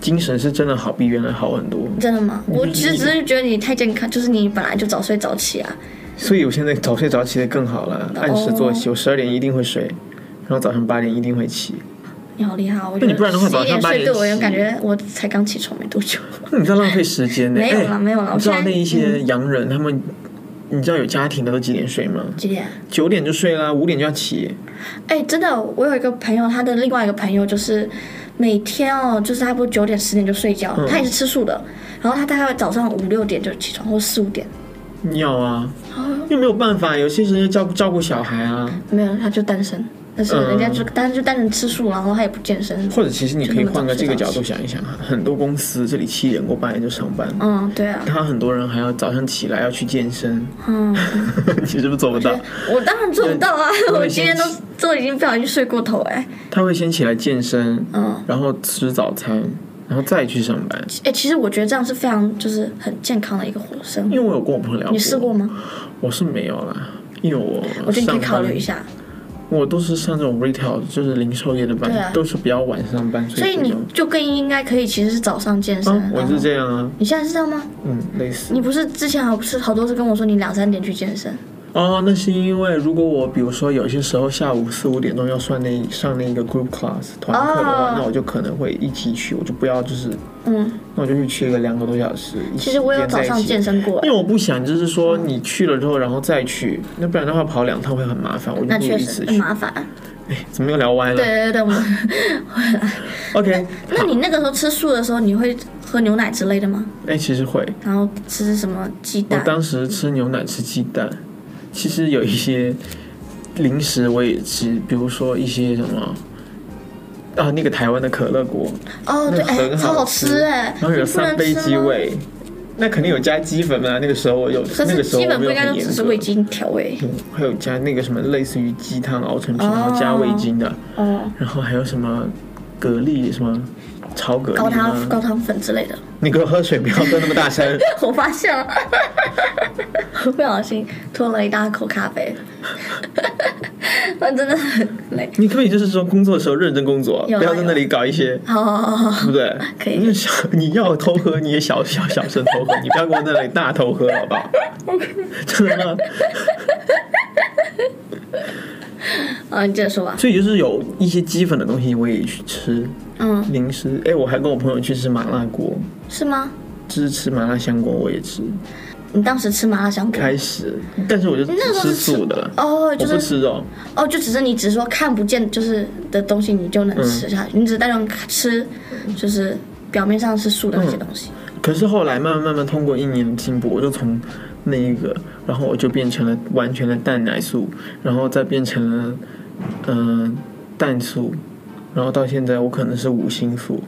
[SPEAKER 1] 精神是真的好，比原来好很多。
[SPEAKER 2] 真的吗？我其实只是觉得你太健康，就是你本来就早睡早起啊。
[SPEAKER 1] 所以我现在早睡早起的更好了，按时作息，我十二点一定会睡，然后早上八点一定会起。
[SPEAKER 2] 你好厉害啊，我
[SPEAKER 1] 那
[SPEAKER 2] 觉
[SPEAKER 1] 你不
[SPEAKER 2] 得
[SPEAKER 1] 然的话
[SPEAKER 2] 十
[SPEAKER 1] 早
[SPEAKER 2] 一
[SPEAKER 1] 上
[SPEAKER 2] 点
[SPEAKER 1] 八
[SPEAKER 2] 睡
[SPEAKER 1] 点
[SPEAKER 2] 对我有
[SPEAKER 1] 起
[SPEAKER 2] 感觉，我才刚起床没多久。
[SPEAKER 1] 那你在浪费时间呢？
[SPEAKER 2] 没有
[SPEAKER 1] 哎
[SPEAKER 2] 啦没有啦我
[SPEAKER 1] 你知道
[SPEAKER 2] 现在嗯
[SPEAKER 1] 那一些洋人他们，你知道有家庭的都几点睡吗？
[SPEAKER 2] 嗯几点？
[SPEAKER 1] 九点就睡啦，五点就要起。
[SPEAKER 2] 哎、真的，我有一个朋友，他的另外一个朋友就是每天哦，就是他不九点十点就睡
[SPEAKER 1] 嗯
[SPEAKER 2] 觉，他也是吃素的，然后他大概早上五六点就起床，或四五点，
[SPEAKER 1] 要啊，又没有办法，有些人要照顾照顾小孩啊，
[SPEAKER 2] 没有，他就单身，但是
[SPEAKER 1] 嗯
[SPEAKER 2] 人家就单、就单纯吃素，然后他也不健身，
[SPEAKER 1] 或者其实你可以换个这个角
[SPEAKER 2] 就那么早睡
[SPEAKER 1] 度想一想啊，很多公司这里七点过八点就上班，
[SPEAKER 2] 嗯，对啊，
[SPEAKER 1] 他很多人还要早上起来要去健身，
[SPEAKER 2] 嗯，
[SPEAKER 1] 其实做不到，
[SPEAKER 2] 我当然做不到啊，
[SPEAKER 1] 那
[SPEAKER 2] 我
[SPEAKER 1] 你
[SPEAKER 2] 今
[SPEAKER 1] 先
[SPEAKER 2] 天都
[SPEAKER 1] 起
[SPEAKER 2] 都已经不小心睡过头哎、
[SPEAKER 1] 他会先起来健身，
[SPEAKER 2] 嗯，
[SPEAKER 1] 然后吃早餐，然后再去上班。
[SPEAKER 2] 哎、其实我觉得这样是非常就是很健康的一个活生活
[SPEAKER 1] 因为我有跟我朋友聊过，
[SPEAKER 2] 你试过吗？
[SPEAKER 1] 我是没有啦，因为我
[SPEAKER 2] 我觉得你可
[SPEAKER 1] 上
[SPEAKER 2] 以考虑
[SPEAKER 1] 班
[SPEAKER 2] 一下。
[SPEAKER 1] 我都是上这种 retail，就是零售业的班，
[SPEAKER 2] 对啊
[SPEAKER 1] 都是比较晚上班，
[SPEAKER 2] 所
[SPEAKER 1] 所
[SPEAKER 2] 以
[SPEAKER 1] 以
[SPEAKER 2] 你嗯就更应该可以，其实是早上健身。
[SPEAKER 1] 啊，我
[SPEAKER 2] 然
[SPEAKER 1] 是
[SPEAKER 2] 后
[SPEAKER 1] 这样啊，
[SPEAKER 2] 你现在是这样吗？
[SPEAKER 1] 嗯，类似。
[SPEAKER 2] 你不是之前好不是好多次跟我说你两三点去健身？
[SPEAKER 1] 哦，那是因为如果我比如说有些时候下午四五点钟要算那上那个 group class 团课的话
[SPEAKER 2] 哦
[SPEAKER 1] 那我就可能会一起去，我就不要就是，
[SPEAKER 2] 嗯，
[SPEAKER 1] 那我就去去个两个多小时。一起
[SPEAKER 2] 其实我有
[SPEAKER 1] 连在
[SPEAKER 2] 早
[SPEAKER 1] 一
[SPEAKER 2] 上
[SPEAKER 1] 起
[SPEAKER 2] 健身过，
[SPEAKER 1] 因为我不想就是说你去了之后然后再去，那不然的话跑两趟会很麻烦，我就
[SPEAKER 2] 那
[SPEAKER 1] 不如
[SPEAKER 2] 确
[SPEAKER 1] 一
[SPEAKER 2] 实
[SPEAKER 1] 次
[SPEAKER 2] 很
[SPEAKER 1] 去。
[SPEAKER 2] 麻烦。
[SPEAKER 1] 怎么又聊歪了
[SPEAKER 2] 对对对，我 们
[SPEAKER 1] ？OK，
[SPEAKER 2] 那你那个时候吃素的时候，你会喝牛奶之类的吗？
[SPEAKER 1] 哎，其实会，
[SPEAKER 2] 然后吃什么鸡
[SPEAKER 1] 我
[SPEAKER 2] 蛋？
[SPEAKER 1] 当时吃牛奶吃鸡蛋，其实有一些零食我也吃，比如说一些什么。啊，那个台湾的可乐果，
[SPEAKER 2] 哦，对，
[SPEAKER 1] 那
[SPEAKER 2] 哎，
[SPEAKER 1] 很
[SPEAKER 2] 超
[SPEAKER 1] 好
[SPEAKER 2] 好
[SPEAKER 1] 吃
[SPEAKER 2] 吃哎，
[SPEAKER 1] 然后有三杯鸡
[SPEAKER 2] 你不能吃吗。
[SPEAKER 1] 尾，那肯定有加鸡粉啊。那个时候我有，
[SPEAKER 2] 可
[SPEAKER 1] 那
[SPEAKER 2] 是
[SPEAKER 1] 个时候
[SPEAKER 2] 基
[SPEAKER 1] 我
[SPEAKER 2] 本
[SPEAKER 1] 没有
[SPEAKER 2] 不应该
[SPEAKER 1] 很
[SPEAKER 2] 都
[SPEAKER 1] 严
[SPEAKER 2] 只是
[SPEAKER 1] 格。
[SPEAKER 2] 味精调味
[SPEAKER 1] 嗯还有加那个什么类似于鸡汤熬成品，然后加
[SPEAKER 2] 哦
[SPEAKER 1] 味精的，
[SPEAKER 2] 哦，
[SPEAKER 1] 然后还有什么蛤蜊什么炒蛤
[SPEAKER 2] 高
[SPEAKER 1] 蜊
[SPEAKER 2] 汤
[SPEAKER 1] 啊。
[SPEAKER 2] 高汤粉之类的。
[SPEAKER 1] 你给我喝水，不要喝那么大 声。
[SPEAKER 2] 我发现了，不小心吞了一大口咖啡， 我真的很累。
[SPEAKER 1] 你可不可以就是说工作的时候认真工作，
[SPEAKER 2] 有啊
[SPEAKER 1] 不要在那里搞一些，
[SPEAKER 2] 好好好好
[SPEAKER 1] 对
[SPEAKER 2] 好，
[SPEAKER 1] 不对？
[SPEAKER 2] 可以
[SPEAKER 1] 你小你要偷喝，你也小小小声偷喝，你 不要跟我在那里大偷喝，好不 好？真的吗？
[SPEAKER 2] 啊，你接着说吧。
[SPEAKER 1] 所以就是有一些鸡粉的东西我也去吃
[SPEAKER 2] 嗯，
[SPEAKER 1] 零食，哎，我还跟我朋友去吃麻辣锅，
[SPEAKER 2] 是吗？
[SPEAKER 1] 就是吃麻辣香锅我也吃，
[SPEAKER 2] 你当时吃麻辣香锅？
[SPEAKER 1] 开始，但是我就
[SPEAKER 2] 你那个时候
[SPEAKER 1] 吃
[SPEAKER 2] 是吃
[SPEAKER 1] 素的了，
[SPEAKER 2] 哦，就
[SPEAKER 1] 我不
[SPEAKER 2] 是
[SPEAKER 1] 吃肉，
[SPEAKER 2] 哦，就只是你只说看不见就是的东西，你就能
[SPEAKER 1] 嗯
[SPEAKER 2] 吃下去，你只带动吃，就是表面上是素的那
[SPEAKER 1] 嗯
[SPEAKER 2] 些东西。
[SPEAKER 1] 可是后来慢慢慢慢通过一年的进步，我就从那一个，然后我就变成了完全的蛋奶素，然后再变成了嗯、呃蛋素，然后到现在我可能是五星素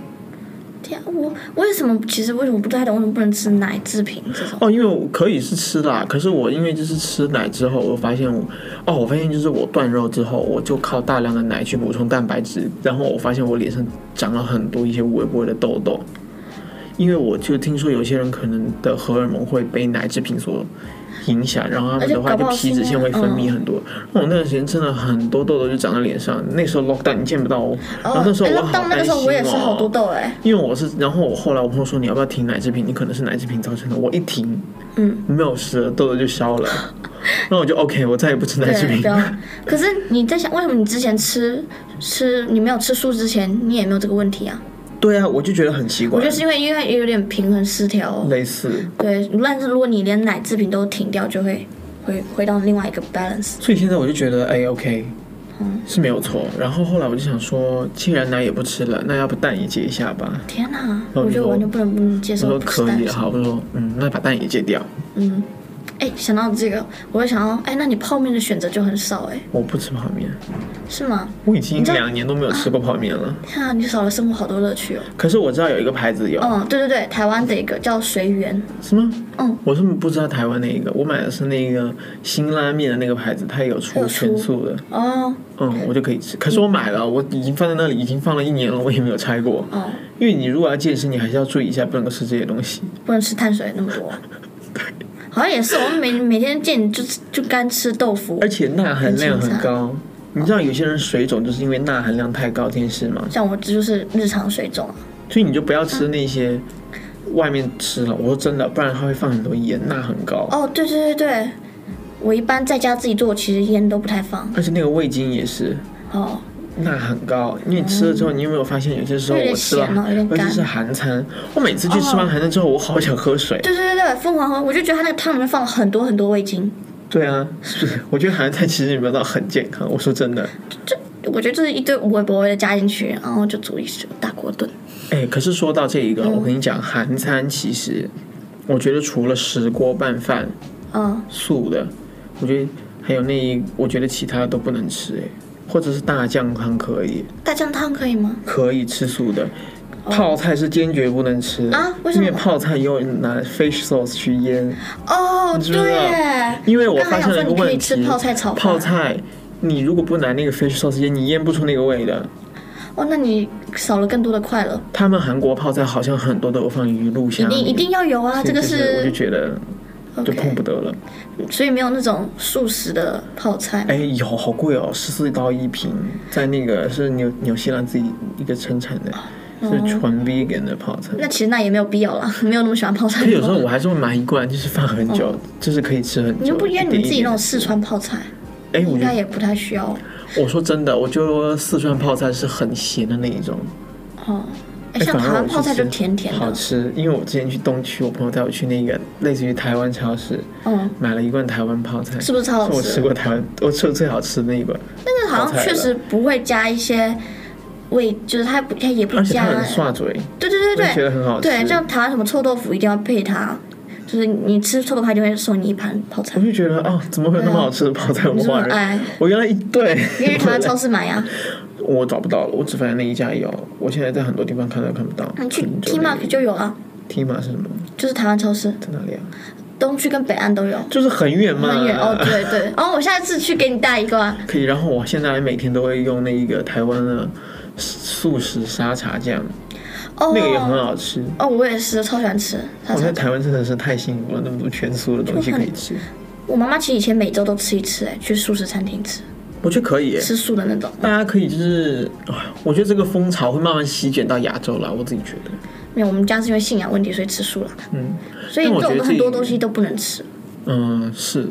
[SPEAKER 2] 天啊，我为什么其实为什么不太懂为什么不能吃奶制品这种？
[SPEAKER 1] 哦，因为我可以是吃啦，可是我因为就是吃奶之后，我发现我哦，我发现就是我断肉之后，我就靠大量的奶去补充蛋白质，然后我发现我脸上长了很多一些微波的痘痘。因为我就听说有些人可能的荷尔蒙会被奶制品所影响，然后他们的话
[SPEAKER 2] 而且搞不
[SPEAKER 1] 就
[SPEAKER 2] 好
[SPEAKER 1] 皮脂腺会分泌很多。哦那我那段时间真的很多痘痘就长在脸上，那时候 lockdown 你见不到我，然后
[SPEAKER 2] 哦，
[SPEAKER 1] 那时候我
[SPEAKER 2] 哎
[SPEAKER 1] 好
[SPEAKER 2] 到那
[SPEAKER 1] 担
[SPEAKER 2] 个时
[SPEAKER 1] 心
[SPEAKER 2] 候我也是好多
[SPEAKER 1] 哦。
[SPEAKER 2] 痘哎，
[SPEAKER 1] 因为我是，然后我后来我朋友说你要不要停奶制品，你可能是奶制品造成的。我一停，
[SPEAKER 2] 嗯，
[SPEAKER 1] 没有事了，痘痘就消了。 然后我就 OK，我再也不吃奶制
[SPEAKER 2] 对，
[SPEAKER 1] 品
[SPEAKER 2] 不。要。可是你在想，为什么你之前吃吃你没有吃素之前，你也没有这个问题啊？
[SPEAKER 1] 对啊，我就觉得很奇怪。
[SPEAKER 2] 我觉得是因为因为有点平衡失调、哦。
[SPEAKER 1] 类似，
[SPEAKER 2] 对，但是如果你连奶制品都停掉，就会回回到另外一个 balance。
[SPEAKER 1] 所以现在我就觉得，哎，OK，是
[SPEAKER 2] 嗯
[SPEAKER 1] 没有错。然后后来我就想说，既然奶也不吃了，那要不蛋也戒一下吧。
[SPEAKER 2] 天哪，
[SPEAKER 1] 哦
[SPEAKER 2] 我觉得
[SPEAKER 1] 你
[SPEAKER 2] 完全不能不能接
[SPEAKER 1] 我
[SPEAKER 2] 受
[SPEAKER 1] 说
[SPEAKER 2] 不吃
[SPEAKER 1] 可
[SPEAKER 2] 蛋
[SPEAKER 1] 以，好，我说嗯，那把蛋也戒掉。
[SPEAKER 2] 嗯，哎，想到这个，我就想到，哎，那你泡面的选择就很少哎，
[SPEAKER 1] 我不吃泡面，
[SPEAKER 2] 是吗？
[SPEAKER 1] 我已经
[SPEAKER 2] 知道
[SPEAKER 1] 两年都没有吃过泡面了。
[SPEAKER 2] 天啊，你少了生活好多乐趣哦。
[SPEAKER 1] 可是我知道有一个牌子有，
[SPEAKER 2] 嗯，对对对，台湾的一个叫随缘，
[SPEAKER 1] 是吗？
[SPEAKER 2] 嗯，
[SPEAKER 1] 我是不知道台湾那一个，我买的是那个辛拉面的那个牌子，它有
[SPEAKER 2] 它
[SPEAKER 1] 出
[SPEAKER 2] 有出
[SPEAKER 1] 全素的，
[SPEAKER 2] 哦
[SPEAKER 1] 嗯，我就可以吃。可是我买了，我已经放在那里，已经放了一年了，我也没有拆过。
[SPEAKER 2] 哦，
[SPEAKER 1] 因为你如果要健身，你还是要注意一下，不能够吃这些东西。
[SPEAKER 2] 不能吃碳水那么多。好像也是，我们每每天见你就就干吃豆腐
[SPEAKER 1] 而，且钠含量很
[SPEAKER 2] 很清淡
[SPEAKER 1] 高，你知道有些人水肿就是因为钠含量太高，这件事吗？
[SPEAKER 2] 像我这就是日常水肿啊。
[SPEAKER 1] 所以你就不要吃那些
[SPEAKER 2] 嗯
[SPEAKER 1] 外面吃了，我说真的，不然它会放很多盐，钠很高，
[SPEAKER 2] 哦，对对对对，我一般在家自己做，其实烟都不太放。
[SPEAKER 1] 而且那个味精也是。
[SPEAKER 2] 哦，
[SPEAKER 1] 钠很高，因为你吃了之后，你有没有发现有些时候
[SPEAKER 2] 嗯有点
[SPEAKER 1] 我吃了
[SPEAKER 2] 咸哦有点，
[SPEAKER 1] 尤
[SPEAKER 2] 干哦
[SPEAKER 1] 其是韩餐，我每次去吃完韩餐之后，我好想喝水。
[SPEAKER 2] 对对对对，凤凰喝，我就觉得它那个汤里面放了很多很多味精，
[SPEAKER 1] 对啊，是不是？我觉得韩餐其实也没有到很健康，我说真的。
[SPEAKER 2] 我觉得就是一堆无微不微的加进去，然后就煮一煮大锅炖。
[SPEAKER 1] 哎，可是说到这一个，我跟你讲，韩餐其实，我觉得除了石锅拌饭
[SPEAKER 2] 嗯，
[SPEAKER 1] 素的，我觉得还有那一，我觉得其他的都不能吃，哎，或者是大酱汤可以，
[SPEAKER 2] 大酱汤可以吗？
[SPEAKER 1] 可以吃素的。泡菜是坚决不能吃的
[SPEAKER 2] 哦啊为什么
[SPEAKER 1] 因为泡菜又拿 fish sauce 去腌，
[SPEAKER 2] 哦，
[SPEAKER 1] 知道
[SPEAKER 2] 对耶，
[SPEAKER 1] 因为我发现了一个
[SPEAKER 2] 我刚才想说你
[SPEAKER 1] 问
[SPEAKER 2] 可以
[SPEAKER 1] 题，
[SPEAKER 2] 吃泡菜炒饭
[SPEAKER 1] 泡菜你如果不拿那个 fish sauce 腌，你腌不出那个味的。
[SPEAKER 2] 哦，那你少了更多的快乐，
[SPEAKER 1] 他们韩国泡菜好像很多都有放鱼露
[SPEAKER 2] 一
[SPEAKER 1] 虾
[SPEAKER 2] 定
[SPEAKER 1] 米，
[SPEAKER 2] 一定要有啊，
[SPEAKER 1] 所
[SPEAKER 2] 这
[SPEAKER 1] 以
[SPEAKER 2] 个
[SPEAKER 1] 就是我就是觉得就碰不得了。
[SPEAKER 2] 所以没有那种素食的泡菜。
[SPEAKER 1] 哎，有好贵哦，十四刀一瓶，在那个是纽纽西兰自己一个生产的，是纯 vegan 的泡菜。
[SPEAKER 2] 那其实那也没有必要啦， 没有那么喜欢泡菜
[SPEAKER 1] 可
[SPEAKER 2] 肉。
[SPEAKER 1] 有时候我还是会买一罐，就是放很久，就是可以吃很久。
[SPEAKER 2] 哦你就不约你们自己
[SPEAKER 1] 弄
[SPEAKER 2] 那种？四川泡菜，
[SPEAKER 1] 哎，我
[SPEAKER 2] 应
[SPEAKER 1] 觉
[SPEAKER 2] 该
[SPEAKER 1] 得
[SPEAKER 2] 也不太需要。
[SPEAKER 1] 我说真的，我觉得四川泡菜是很咸的那一种。
[SPEAKER 2] 哦，哎，
[SPEAKER 1] 哎
[SPEAKER 2] 像
[SPEAKER 1] 反
[SPEAKER 2] 台
[SPEAKER 1] 而
[SPEAKER 2] 湾
[SPEAKER 1] 我
[SPEAKER 2] 泡菜
[SPEAKER 1] 去
[SPEAKER 2] 就
[SPEAKER 1] 吃
[SPEAKER 2] 甜甜
[SPEAKER 1] 好
[SPEAKER 2] 的，
[SPEAKER 1] 吃。因为我之前去东区，我朋友带我去那个类似于台湾超市，
[SPEAKER 2] 嗯，
[SPEAKER 1] 买了一罐台湾泡菜，
[SPEAKER 2] 是不是超好
[SPEAKER 1] 我
[SPEAKER 2] 吃
[SPEAKER 1] 吃
[SPEAKER 2] 的？
[SPEAKER 1] 过台湾，我吃过最好吃的那一罐，
[SPEAKER 2] 那个好
[SPEAKER 1] 泡
[SPEAKER 2] 像
[SPEAKER 1] 菜
[SPEAKER 2] 确
[SPEAKER 1] 了
[SPEAKER 2] 实不会加一些味，就是它不，它也不
[SPEAKER 1] 而且它
[SPEAKER 2] 加。
[SPEAKER 1] 很刷嘴，
[SPEAKER 2] 对对对
[SPEAKER 1] 我也觉
[SPEAKER 2] 对
[SPEAKER 1] 得很好吃。
[SPEAKER 2] 对，像台湾什么臭豆腐一定要配它，就是你吃臭豆腐它就会送你一盘泡菜
[SPEAKER 1] 我。就觉得哦，怎么会有那么好吃的泡菜？我
[SPEAKER 2] 你是不
[SPEAKER 1] 忘
[SPEAKER 2] 是很
[SPEAKER 1] 了。
[SPEAKER 2] 爱？
[SPEAKER 1] 我原来一对，
[SPEAKER 2] 你可以去台 湾超市买啊呀、
[SPEAKER 1] 我找不到了，我只发现那一家有，我现在在很多地方看都看不到。
[SPEAKER 2] 你嗯去
[SPEAKER 1] 很久
[SPEAKER 2] T
[SPEAKER 1] 没
[SPEAKER 2] Mark 就有啊，
[SPEAKER 1] T 马是什么？
[SPEAKER 2] 就是台湾超市，
[SPEAKER 1] 在哪里啊？
[SPEAKER 2] 东区跟北岸都有。
[SPEAKER 1] 就是很远嘛，
[SPEAKER 2] 很远哦，对对，哦，我下次去给你带一个啊。
[SPEAKER 1] 可以，然后我现在每天都会用那一个台湾的素食沙茶酱，
[SPEAKER 2] 哦，
[SPEAKER 1] 那个也很好吃。
[SPEAKER 2] 哦，我也是，超喜欢吃沙
[SPEAKER 1] 我在
[SPEAKER 2] 茶。
[SPEAKER 1] 台湾真的是太幸福了，那么多全素的东西可以吃，
[SPEAKER 2] 我妈妈其实以前每周都吃一次，哎，去素食餐厅吃，
[SPEAKER 1] 我觉得可以耶。
[SPEAKER 2] 吃素的那种。
[SPEAKER 1] 大家可以就是，哎我觉得这个风潮会慢慢席卷到亚洲来，我自己觉得。
[SPEAKER 2] 没有，我们家是因为信仰问题，所以吃素了。
[SPEAKER 1] 嗯，
[SPEAKER 2] 所以
[SPEAKER 1] 但
[SPEAKER 2] 这
[SPEAKER 1] 我觉得这
[SPEAKER 2] 种很多东西都不能吃。
[SPEAKER 1] 嗯，是，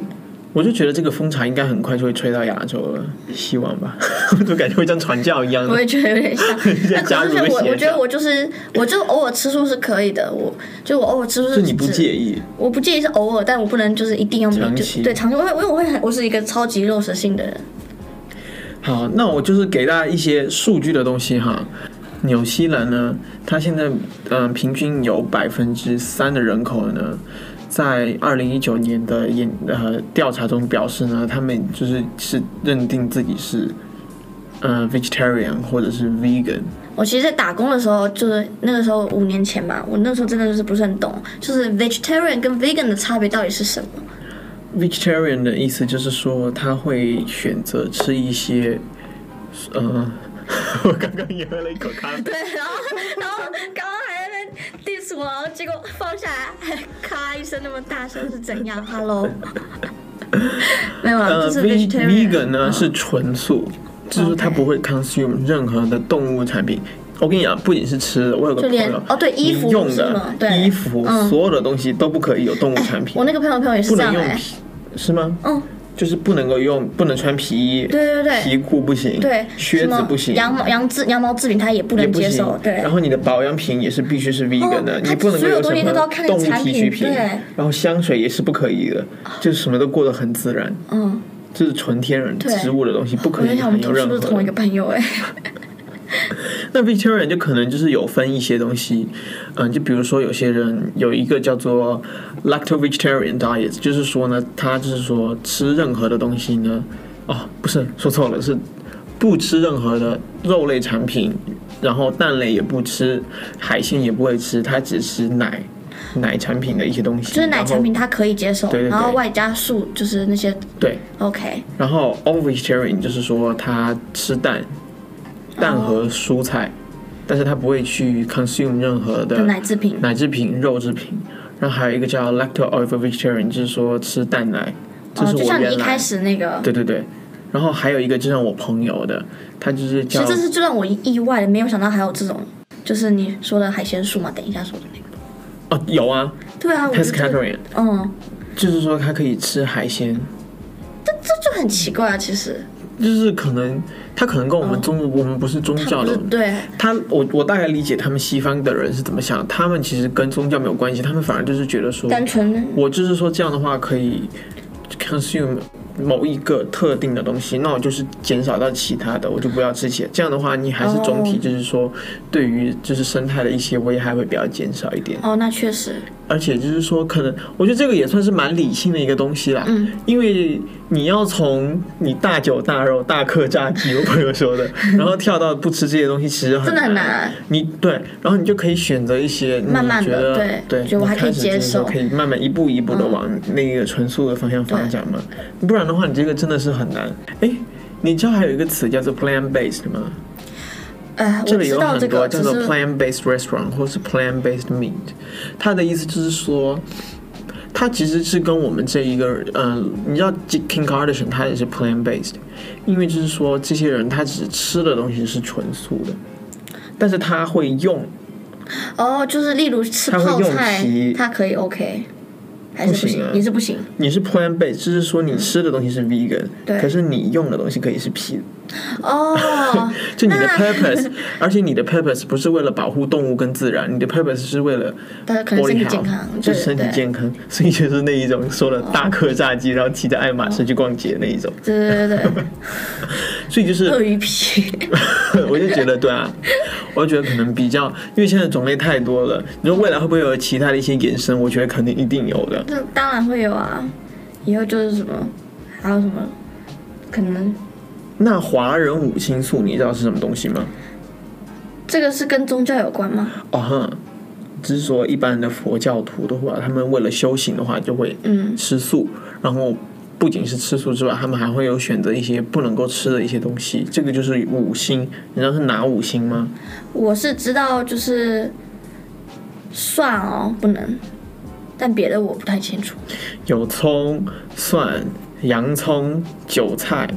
[SPEAKER 1] 我就觉得这个风潮应该很快就会吹到亚洲了，希望吧。 我就感觉会像传教一样
[SPEAKER 2] 我
[SPEAKER 1] 的。，
[SPEAKER 2] 也觉得有点像
[SPEAKER 1] 在
[SPEAKER 2] 那
[SPEAKER 1] 加
[SPEAKER 2] 可
[SPEAKER 1] 入
[SPEAKER 2] 是我
[SPEAKER 1] 了邪
[SPEAKER 2] 我觉得
[SPEAKER 1] 教
[SPEAKER 2] 我就是，我就偶尔吃素是可以的，我就我偶尔吃素
[SPEAKER 1] 就是你不
[SPEAKER 2] 指
[SPEAKER 1] 介意，
[SPEAKER 2] 我不介意是偶尔，但我不能就是一定要每
[SPEAKER 1] 长
[SPEAKER 2] 就
[SPEAKER 1] 期
[SPEAKER 2] 对长期，我会因为我会很我是一个超级肉食性的人，
[SPEAKER 1] 好，那我就是给大家一些数据的东西哈。纽西兰呢，它现在嗯、呃平均有百分之三的人口呢，在二零一九年的研呃调查中表示呢，他们就是是认定自己是呃 vegetarian 或者是 vegan。
[SPEAKER 2] 我其实，在打工的时候，就是那个时候五年前吧，我那时候真的就是不是很懂，就是 vegetarian 跟 vegan 的差别到底是什么？
[SPEAKER 1] vegetarian 的意思就是说，他会选择吃一些，呃， 我刚刚也喝了一口咖啡。
[SPEAKER 2] 对，然后然后刚刚还在那边 diss 我，然后结果放下来 还咔一声那么大声是怎样？Hello，没有啦，
[SPEAKER 1] 呃
[SPEAKER 2] 就是
[SPEAKER 1] ，ve-
[SPEAKER 2] vegetarian
[SPEAKER 1] vegan 呢
[SPEAKER 2] 嗯哦
[SPEAKER 1] 是纯素，就是它
[SPEAKER 2] OK
[SPEAKER 1] 不会 consume 任何的动物产品。我跟你讲，不仅是吃的，我有个
[SPEAKER 2] 就
[SPEAKER 1] 朋
[SPEAKER 2] 连
[SPEAKER 1] 友，
[SPEAKER 2] 哦对衣服
[SPEAKER 1] 你用
[SPEAKER 2] 是
[SPEAKER 1] 的
[SPEAKER 2] 吗对
[SPEAKER 1] 衣服，
[SPEAKER 2] 嗯哎
[SPEAKER 1] 所有的东西都不可以有动物产品
[SPEAKER 2] 我，那个朋友的朋友也是
[SPEAKER 1] 不
[SPEAKER 2] 这
[SPEAKER 1] 能
[SPEAKER 2] 样
[SPEAKER 1] 用
[SPEAKER 2] 哎、
[SPEAKER 1] 皮，是吗？
[SPEAKER 2] 嗯，
[SPEAKER 1] 就是不能够用，不能穿皮衣，
[SPEAKER 2] 对对对
[SPEAKER 1] 皮裤不行，
[SPEAKER 2] 对，
[SPEAKER 1] 靴
[SPEAKER 2] 什
[SPEAKER 1] 子
[SPEAKER 2] 么
[SPEAKER 1] 不行，
[SPEAKER 2] 羊毛羊制羊毛制品他也不
[SPEAKER 1] 也
[SPEAKER 2] 能
[SPEAKER 1] 不
[SPEAKER 2] 接
[SPEAKER 1] 行
[SPEAKER 2] 受，，对
[SPEAKER 1] 然。后你的保养品也是必须是 vegan 的，
[SPEAKER 2] 哦
[SPEAKER 1] 你不能够
[SPEAKER 2] 它所有
[SPEAKER 1] 什
[SPEAKER 2] 东西都
[SPEAKER 1] 么
[SPEAKER 2] 要看
[SPEAKER 1] 动物
[SPEAKER 2] 产
[SPEAKER 1] 提
[SPEAKER 2] 品
[SPEAKER 1] 取品，
[SPEAKER 2] 对哦
[SPEAKER 1] 然后香水也是不可以的，就是什么都过得很自然，
[SPEAKER 2] 嗯，
[SPEAKER 1] 就是纯天然
[SPEAKER 2] 对
[SPEAKER 1] 植物的东西不
[SPEAKER 2] 我
[SPEAKER 1] 可
[SPEAKER 2] 在
[SPEAKER 1] 以
[SPEAKER 2] 想我
[SPEAKER 1] 含
[SPEAKER 2] 们
[SPEAKER 1] 有
[SPEAKER 2] 同是
[SPEAKER 1] 任
[SPEAKER 2] 不
[SPEAKER 1] 何
[SPEAKER 2] 是同一
[SPEAKER 1] 的
[SPEAKER 2] 个。朋友哎、
[SPEAKER 1] 那 vegetarian 就可能就是有分一些东西，嗯，就比如说有些人有一个叫做 lacto vegetarian diet，就是说呢，他就是说吃任何的东西呢，哦，不是说错了，是不吃任何的肉类产品，然后蛋类也不吃，海鲜也不会吃，他只吃奶。奶产品的一些东西，
[SPEAKER 2] 就是奶产品他可以接受，
[SPEAKER 1] 对对对
[SPEAKER 2] 然后外加素就是那些
[SPEAKER 1] 然后对，
[SPEAKER 2] OK，
[SPEAKER 1] 然后 all vegetarian 就是说他吃蛋，
[SPEAKER 2] 哦
[SPEAKER 1] 蛋和蔬菜，但是他不会去 consume 任何的
[SPEAKER 2] 就奶制品。
[SPEAKER 1] 奶制品、肉制品。然后还有一个叫 lacto o v e vegetarian，就是说吃蛋奶，这
[SPEAKER 2] 哦，
[SPEAKER 1] 是
[SPEAKER 2] 就
[SPEAKER 1] 我
[SPEAKER 2] 像你一
[SPEAKER 1] 原来、
[SPEAKER 2] 开始那个，
[SPEAKER 1] 对对对。然后还有一个就像我朋友的，他就是
[SPEAKER 2] 其
[SPEAKER 1] 叫
[SPEAKER 2] 实这是最让我意外的，没有想到还有这种，就是你说的海鲜素嘛，等一下说的那个。
[SPEAKER 1] 哦有啊
[SPEAKER 2] 对啊，我就觉得，
[SPEAKER 1] pescatarian，
[SPEAKER 2] 嗯，
[SPEAKER 1] 就是说他可以吃海鲜，
[SPEAKER 2] 这就很奇怪啊，其实
[SPEAKER 1] 就是可能他可能跟我们中、我们不是宗
[SPEAKER 2] 哦他
[SPEAKER 1] 教
[SPEAKER 2] 不
[SPEAKER 1] 的
[SPEAKER 2] 是对，
[SPEAKER 1] 他，我我大概理解他们西方的人是怎么想，他们其实跟宗教没有关系，他们反而就是觉得说，
[SPEAKER 2] 单纯
[SPEAKER 1] 我就是说这样的话可以 consume 某一个特定的东西，那我就是减少到其他的，我就不要吃起来。这样的话，你还是总体
[SPEAKER 2] 哦
[SPEAKER 1] 就是说，对于就是生态的一些危害会比较减少一点，
[SPEAKER 2] 哦，那确实，
[SPEAKER 1] 而且就是说，可能我觉得这个也算是蛮理性的一个东西啦。
[SPEAKER 2] 嗯，
[SPEAKER 1] 因为你要从你大酒大肉大客炸鸡，我朋友说的， 然后跳到不吃这些东西，其实很
[SPEAKER 2] 真的很难啊、
[SPEAKER 1] 你对，然后你就可以选择一些你
[SPEAKER 2] 慢慢
[SPEAKER 1] 觉
[SPEAKER 2] 地
[SPEAKER 1] 得
[SPEAKER 2] 对
[SPEAKER 1] 对，
[SPEAKER 2] 觉得我
[SPEAKER 1] 你
[SPEAKER 2] 还可
[SPEAKER 1] 开
[SPEAKER 2] 以
[SPEAKER 1] 始就是
[SPEAKER 2] 接受嗯
[SPEAKER 1] 说可以慢慢一步一步的往那个纯素的方向发展嘛。不然的话，你这个真的是很难。哎，你知道还有一个词叫做 plant based 吗？
[SPEAKER 2] 哎，我
[SPEAKER 1] 这里
[SPEAKER 2] 知
[SPEAKER 1] 有
[SPEAKER 2] 道
[SPEAKER 1] 很
[SPEAKER 2] 这
[SPEAKER 1] 多
[SPEAKER 2] 个，
[SPEAKER 1] 叫
[SPEAKER 2] 只
[SPEAKER 1] 做
[SPEAKER 2] 是
[SPEAKER 1] plant based restaurant 或是 plant based meat，它的意思就是说。它其实是跟我们这一个，嗯、你知道 King Kardashian 他也是 plant based，因为就是说这些人他只吃的东西是纯素的，但是他会用，
[SPEAKER 2] 哦，就是例如吃
[SPEAKER 1] 它会
[SPEAKER 2] 泡
[SPEAKER 1] 用
[SPEAKER 2] 菜
[SPEAKER 1] 皮，
[SPEAKER 2] 它可以 OK，还是不
[SPEAKER 1] 不行
[SPEAKER 2] 行
[SPEAKER 1] 啊？
[SPEAKER 2] 也是不行。
[SPEAKER 1] 你是 plant based，就是说你吃的东西是 vegan，
[SPEAKER 2] 对
[SPEAKER 1] 可是你用的东西可以是皮，，
[SPEAKER 2] 哦
[SPEAKER 1] 就你的
[SPEAKER 2] 那
[SPEAKER 1] purpose，而且你的 purpose 不是为了保护动物跟自然，你的 purpose 是为了
[SPEAKER 2] 但是可能身
[SPEAKER 1] body
[SPEAKER 2] 体
[SPEAKER 1] health，
[SPEAKER 2] 健康，
[SPEAKER 1] 就是
[SPEAKER 2] 对
[SPEAKER 1] 身体
[SPEAKER 2] 对
[SPEAKER 1] 健康，所以就是那一种说了大颗炸鸡，然后骑着爱马仕去逛街那一 种，
[SPEAKER 2] 对对对对
[SPEAKER 1] 所以就
[SPEAKER 2] 对，
[SPEAKER 1] 是
[SPEAKER 2] 鳄鱼皮，
[SPEAKER 1] 我就觉得对啊，我就觉得可能比较，因为现在种类太多了，你说未来会不会有其他的一些衍生？我觉得肯定一定有的。
[SPEAKER 2] 这当然会有啊。以后就是什么，还有什么，可能
[SPEAKER 1] 那华人五星素你知道是什么东西吗？
[SPEAKER 2] 这个是跟宗教有关吗？
[SPEAKER 1] 哦哼，只是说一般的佛教徒的话，他们为了修行的话就会
[SPEAKER 2] 嗯
[SPEAKER 1] 吃素，然后不仅是吃素之外，他们还会有选择一些不能够吃的一些东西，这个就是五星。你知道是哪五星吗？
[SPEAKER 2] 我是知道，就是蒜哦不能，但别的我不太清楚。
[SPEAKER 1] 有葱、蒜、洋葱、韭菜，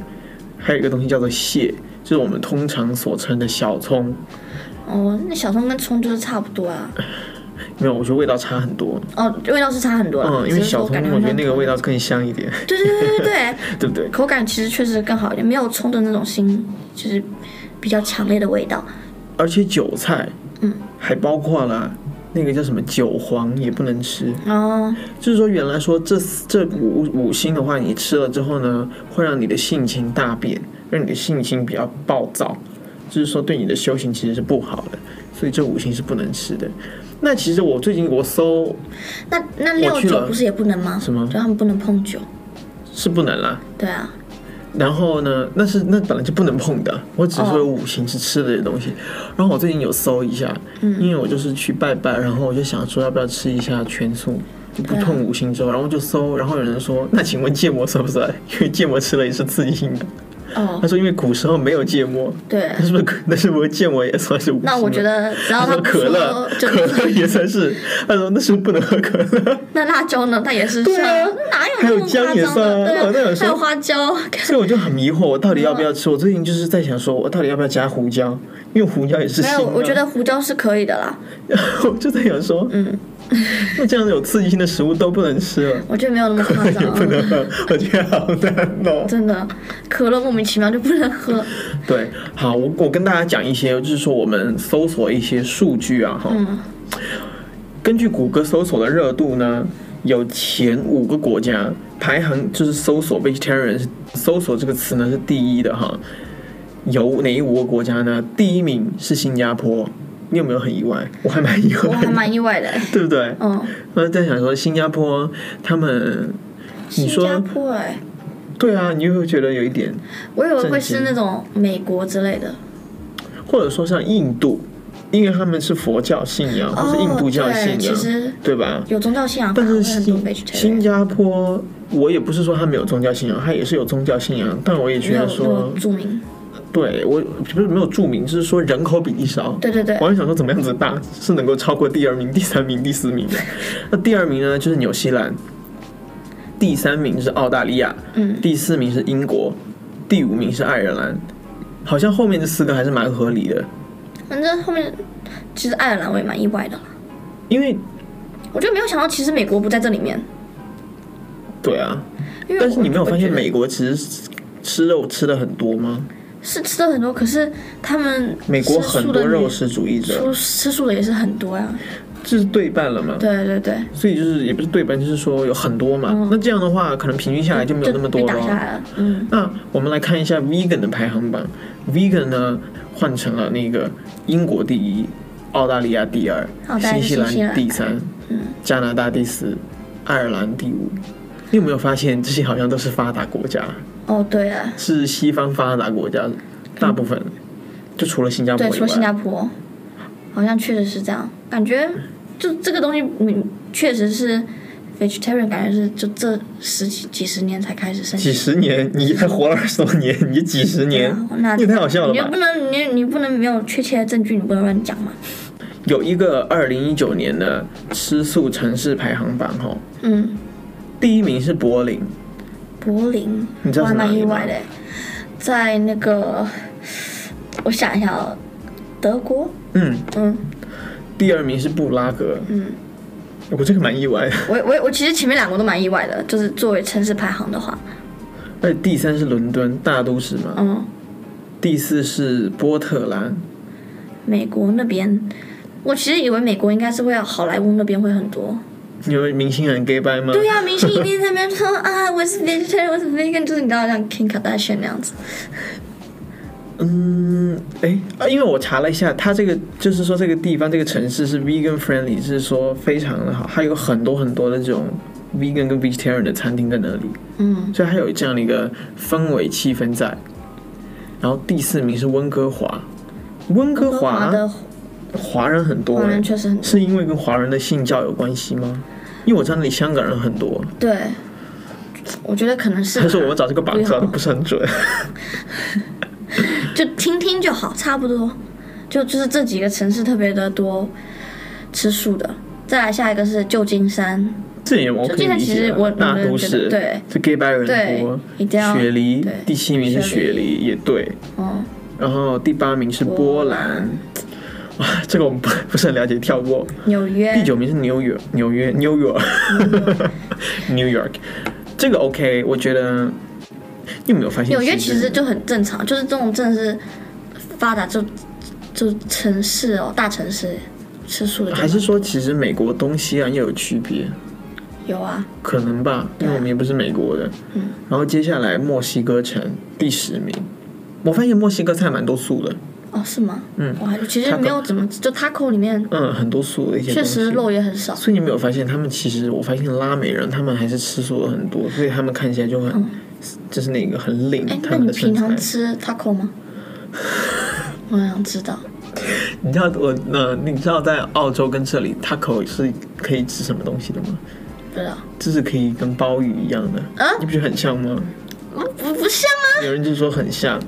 [SPEAKER 1] 还有一个东西叫做蟹，就是我们通常所称的小葱。
[SPEAKER 2] 哦，那小葱跟葱就是差不多啊。
[SPEAKER 1] 没有，我觉得味道差很多。
[SPEAKER 2] 哦，味道是差很多啦。
[SPEAKER 1] 嗯，因为
[SPEAKER 2] 只是说
[SPEAKER 1] 小葱
[SPEAKER 2] 感
[SPEAKER 1] 我觉得
[SPEAKER 2] 它
[SPEAKER 1] 那个味道更香一点，
[SPEAKER 2] 对对对对对，
[SPEAKER 1] 对不对？
[SPEAKER 2] 口感其实确实更好一点，没有葱的那种腥，就是比较强烈的味道。
[SPEAKER 1] 而且韭菜，
[SPEAKER 2] 嗯，
[SPEAKER 1] 还包括了那个叫什么韭黄也不能吃。
[SPEAKER 2] 哦，
[SPEAKER 1] 就是说，原来说这四这五五星的话，你吃了之后呢，会让你的性情大变，让你的性情比较暴躁，就是说对你的修行其实是不好的，所以这五星是不能吃的。那其实我最近我搜
[SPEAKER 2] 那那六
[SPEAKER 1] 我去
[SPEAKER 2] 酒
[SPEAKER 1] 了
[SPEAKER 2] 不是也不能吗？
[SPEAKER 1] 什么
[SPEAKER 2] 就他们不能碰酒。
[SPEAKER 1] 是不能啦，
[SPEAKER 2] 对啊，
[SPEAKER 1] 然后呢，那是那本来就不能碰的，我只是
[SPEAKER 2] 哦
[SPEAKER 1] 说有五行是吃的东西。然后我最近有搜一下，
[SPEAKER 2] 嗯
[SPEAKER 1] 因为我就是去拜拜，然后我就想说要不要吃一下全素，就不碰五行之后，然后就搜，然后有人说，那请问芥末算不算？因为芥末吃了也是刺激性的。
[SPEAKER 2] 哦
[SPEAKER 1] 他，说因为古时候没有芥末，
[SPEAKER 2] 对。
[SPEAKER 1] 那是不是那是不是芥末也算是五行的？
[SPEAKER 2] 那我觉得只要
[SPEAKER 1] 他
[SPEAKER 2] 他
[SPEAKER 1] 说
[SPEAKER 2] 不
[SPEAKER 1] 可乐
[SPEAKER 2] 说，就
[SPEAKER 1] 可乐也算是，他说那是不是不能喝可乐。
[SPEAKER 2] 那辣椒呢？它也是
[SPEAKER 1] 对啊
[SPEAKER 2] 蒜哪有
[SPEAKER 1] 还有
[SPEAKER 2] 那么
[SPEAKER 1] 姜
[SPEAKER 2] 夸
[SPEAKER 1] 也
[SPEAKER 2] 张
[SPEAKER 1] 算啊
[SPEAKER 2] 的？对
[SPEAKER 1] 我那有
[SPEAKER 2] 啊，
[SPEAKER 1] 说
[SPEAKER 2] 还有花椒。
[SPEAKER 1] 所以我就很迷惑，我到底要不要吃？我最近就是在想，说我到底要不要加胡椒？因为胡椒也是
[SPEAKER 2] 没
[SPEAKER 1] 辛
[SPEAKER 2] 有，
[SPEAKER 1] 的。
[SPEAKER 2] 我觉得胡椒是可以的啦。
[SPEAKER 1] 我就在想说，嗯， 那这样子有刺激性的食物都不能吃了，
[SPEAKER 2] 我觉得没有那么夸
[SPEAKER 1] 也不
[SPEAKER 2] 张，啊
[SPEAKER 1] 能喝，我觉得好难哦。
[SPEAKER 2] 真的，可乐莫名其妙就不能喝。
[SPEAKER 1] 对，好，我我跟大家讲一些，就是说我们搜索一些数据啊，哈、
[SPEAKER 2] 嗯
[SPEAKER 1] 根据谷歌搜索的热度呢，有前五个国家排行，就是搜索 vegetarian 是搜索这个词呢是第一的哈。有哪五个国家呢？第一名是新加坡，你有没有很意外？我还蛮意
[SPEAKER 2] 我
[SPEAKER 1] 外
[SPEAKER 2] 还
[SPEAKER 1] 的，
[SPEAKER 2] 蛮意外的、欸。
[SPEAKER 1] 对不对？
[SPEAKER 2] 嗯，
[SPEAKER 1] 我呃在想说，新加坡他们，你
[SPEAKER 2] 新
[SPEAKER 1] 说
[SPEAKER 2] 加坡哎、
[SPEAKER 1] 对啊，你会觉得有一点，
[SPEAKER 2] 我以为会
[SPEAKER 1] 震
[SPEAKER 2] 是
[SPEAKER 1] 惊
[SPEAKER 2] 那种美国之类的，
[SPEAKER 1] 或者说像印度，因为他们是佛教信仰或哦是印度教信
[SPEAKER 2] 哦对，其
[SPEAKER 1] 仰，
[SPEAKER 2] 实
[SPEAKER 1] 对吧？
[SPEAKER 2] 有宗教信仰，
[SPEAKER 1] 但是
[SPEAKER 2] 很多
[SPEAKER 1] 新
[SPEAKER 2] vegetarian
[SPEAKER 1] 新加坡，我也不是说他没有宗教信仰，他也是有宗教信仰，但我也
[SPEAKER 2] 没
[SPEAKER 1] 觉
[SPEAKER 2] 有
[SPEAKER 1] 得
[SPEAKER 2] 没有
[SPEAKER 1] 说，
[SPEAKER 2] 著名，
[SPEAKER 1] 对我不是没有注明，就是说人口比例少。
[SPEAKER 2] 对对对，
[SPEAKER 1] 我就想说，怎么样子大是能够超过第二名、第三名、第四名的？那第二名呢，就是纽西兰；第三名是澳大利亚，
[SPEAKER 2] 嗯，
[SPEAKER 1] 第四名是英国，第五名是爱尔兰。好像后面这四个还是蛮合理的，
[SPEAKER 2] 反正后面其实爱尔兰我也蛮意外的，
[SPEAKER 1] 因为
[SPEAKER 2] 我就没有想到其实美国不在这里面，
[SPEAKER 1] 对啊，
[SPEAKER 2] 因为
[SPEAKER 1] 但是
[SPEAKER 2] 我
[SPEAKER 1] 你没有发现
[SPEAKER 2] 我觉得
[SPEAKER 1] 美国其实吃吃肉吃的很多吗？
[SPEAKER 2] 是吃了很多，可是他们
[SPEAKER 1] 美国很多肉
[SPEAKER 2] 吃
[SPEAKER 1] 食主义
[SPEAKER 2] 素的
[SPEAKER 1] 者
[SPEAKER 2] 女，吃吃素的也是很多呀，
[SPEAKER 1] 这是对半了嘛？
[SPEAKER 2] 对对对，
[SPEAKER 1] 所以就是也不是对半，就是说有很多嘛。那这样的话，可能平均下来就没有那么多
[SPEAKER 2] 嗯被
[SPEAKER 1] 了
[SPEAKER 2] 打下
[SPEAKER 1] 哦。
[SPEAKER 2] 来了，嗯，
[SPEAKER 1] 那我们来看一下 vegan 的排行榜，vegan 呢换成了那个英国第一，澳大利亚第二
[SPEAKER 2] 澳，大利亚
[SPEAKER 1] 新西
[SPEAKER 2] 新西
[SPEAKER 1] 兰
[SPEAKER 2] 兰嗯
[SPEAKER 1] 第三，加拿大第四，爱尔兰第五。你有没有发现这些好像都是发达国家，
[SPEAKER 2] 哦对啊，
[SPEAKER 1] 是西方发达国家大部分，就除了新加坡
[SPEAKER 2] 对，
[SPEAKER 1] 以
[SPEAKER 2] 除了新加
[SPEAKER 1] 外，
[SPEAKER 2] 坡，好像确实是这样，感觉就这个东西，嗯，确实是 vegetarian，感觉是就这十几几十年才开始盛
[SPEAKER 1] 几
[SPEAKER 2] 行。
[SPEAKER 1] 十年你还活了二十多年，你几十年
[SPEAKER 2] 啊，那
[SPEAKER 1] 你也太好笑了
[SPEAKER 2] 你
[SPEAKER 1] 吧
[SPEAKER 2] 不？能，你你不能没有确切的证据，你不能乱讲嘛。
[SPEAKER 1] 有一个二零一九年的吃素城市排行榜哈，
[SPEAKER 2] 嗯，
[SPEAKER 1] 第一名是柏林，
[SPEAKER 2] 柏林，
[SPEAKER 1] 你知道
[SPEAKER 2] 我还
[SPEAKER 1] 是哪
[SPEAKER 2] 蛮
[SPEAKER 1] 里
[SPEAKER 2] 意
[SPEAKER 1] 吗
[SPEAKER 2] 外的，在那个，我想一下哦，德国，
[SPEAKER 1] 嗯，
[SPEAKER 2] 嗯，
[SPEAKER 1] 第二名是布拉格，嗯，我这个蛮意外的，
[SPEAKER 2] 我我我其实前面两个都蛮意外的，就是作为城市排行的话，
[SPEAKER 1] 而且哎第三是伦敦大都市嘛，
[SPEAKER 2] 嗯，
[SPEAKER 1] 第四是波特兰，
[SPEAKER 2] 美国那边，我其实以为美国应该是会有好莱坞那边会很多。
[SPEAKER 1] 因为明星很 gay 掰吗？
[SPEAKER 2] 对呀、明星一定在那边说啊，我是 vegetarian，我是 vegan，就是你知道像 Kim Kardashian 那样子。
[SPEAKER 1] 嗯，哎，啊因为我查了一下，它这个就是说这个地方这个城市是 vegan friendly，是说非常的好，它有很多很多的这种 vegan 跟 vegetarian 的餐厅在那里，
[SPEAKER 2] 嗯，
[SPEAKER 1] 所以它有这样的一个氛围气氛在。然后第四名是温哥华，温哥华
[SPEAKER 2] 的
[SPEAKER 1] 华人很多
[SPEAKER 2] 华
[SPEAKER 1] 哎
[SPEAKER 2] 人，确实很
[SPEAKER 1] 是因为跟华人的信教有关系吗？因为我知道那里香港人很多，
[SPEAKER 2] 对，我觉得可能是吧。
[SPEAKER 1] 但是我找这个榜
[SPEAKER 2] 啊
[SPEAKER 1] 找的不是很准。
[SPEAKER 2] 就听听就好，差不多。就就是这几个城市特别的多吃素的。再来下一个是旧金山，
[SPEAKER 1] 这也我可以理
[SPEAKER 2] 就
[SPEAKER 1] 解
[SPEAKER 2] 这些其实我
[SPEAKER 1] 啊，大都市
[SPEAKER 2] 我觉得对，
[SPEAKER 1] 这 gay 白人
[SPEAKER 2] 对
[SPEAKER 1] 多，
[SPEAKER 2] 一定要
[SPEAKER 1] 雪梨
[SPEAKER 2] 对
[SPEAKER 1] 第七名是雪
[SPEAKER 2] 雪梨
[SPEAKER 1] 梨，也对，
[SPEAKER 2] 哦，
[SPEAKER 1] 然后第八名是波
[SPEAKER 2] 波
[SPEAKER 1] 兰， 哇，这个我们不 不是很了解，跳过。
[SPEAKER 2] 纽约，
[SPEAKER 1] 第九名是纽约，纽约，New York，New York，这 个 OK，我觉得。你有没有发现？
[SPEAKER 2] 纽约其实就很正常，就是这种真的是发达就就城市哦，大城市吃素的地方
[SPEAKER 1] 还是说，其实美国东西岸又有区别，
[SPEAKER 2] 有啊，
[SPEAKER 1] 可能吧，因为我们也不是美国人。
[SPEAKER 2] 嗯。
[SPEAKER 1] 然后接下来墨西哥城第十名，我发现墨西哥菜蛮多素的，
[SPEAKER 2] 哦是吗？
[SPEAKER 1] 嗯
[SPEAKER 2] 我还其实
[SPEAKER 1] Taco
[SPEAKER 2] 没有怎么就 taco 里面
[SPEAKER 1] 嗯，很多素的一些
[SPEAKER 2] 确
[SPEAKER 1] 东西。
[SPEAKER 2] 实肉也很少，
[SPEAKER 1] 所以你没有发现他们其实，我发现拉美人他们还是吃素的很多，所以他们看起来就很，就是那个很领
[SPEAKER 2] 嗯哎，
[SPEAKER 1] 他
[SPEAKER 2] 那
[SPEAKER 1] 们
[SPEAKER 2] 你
[SPEAKER 1] 的身
[SPEAKER 2] 平
[SPEAKER 1] 材
[SPEAKER 2] 常。吃 taco 吗？我想知道，
[SPEAKER 1] 你知道我呃，你知道在澳洲跟这里，taco 是可以吃什么东西的吗？
[SPEAKER 2] 不知道，
[SPEAKER 1] 就是可以跟鲍鱼一样的，
[SPEAKER 2] 啊
[SPEAKER 1] 你不觉得很像吗？
[SPEAKER 2] 嗯不不像啊，
[SPEAKER 1] 有人就说很像，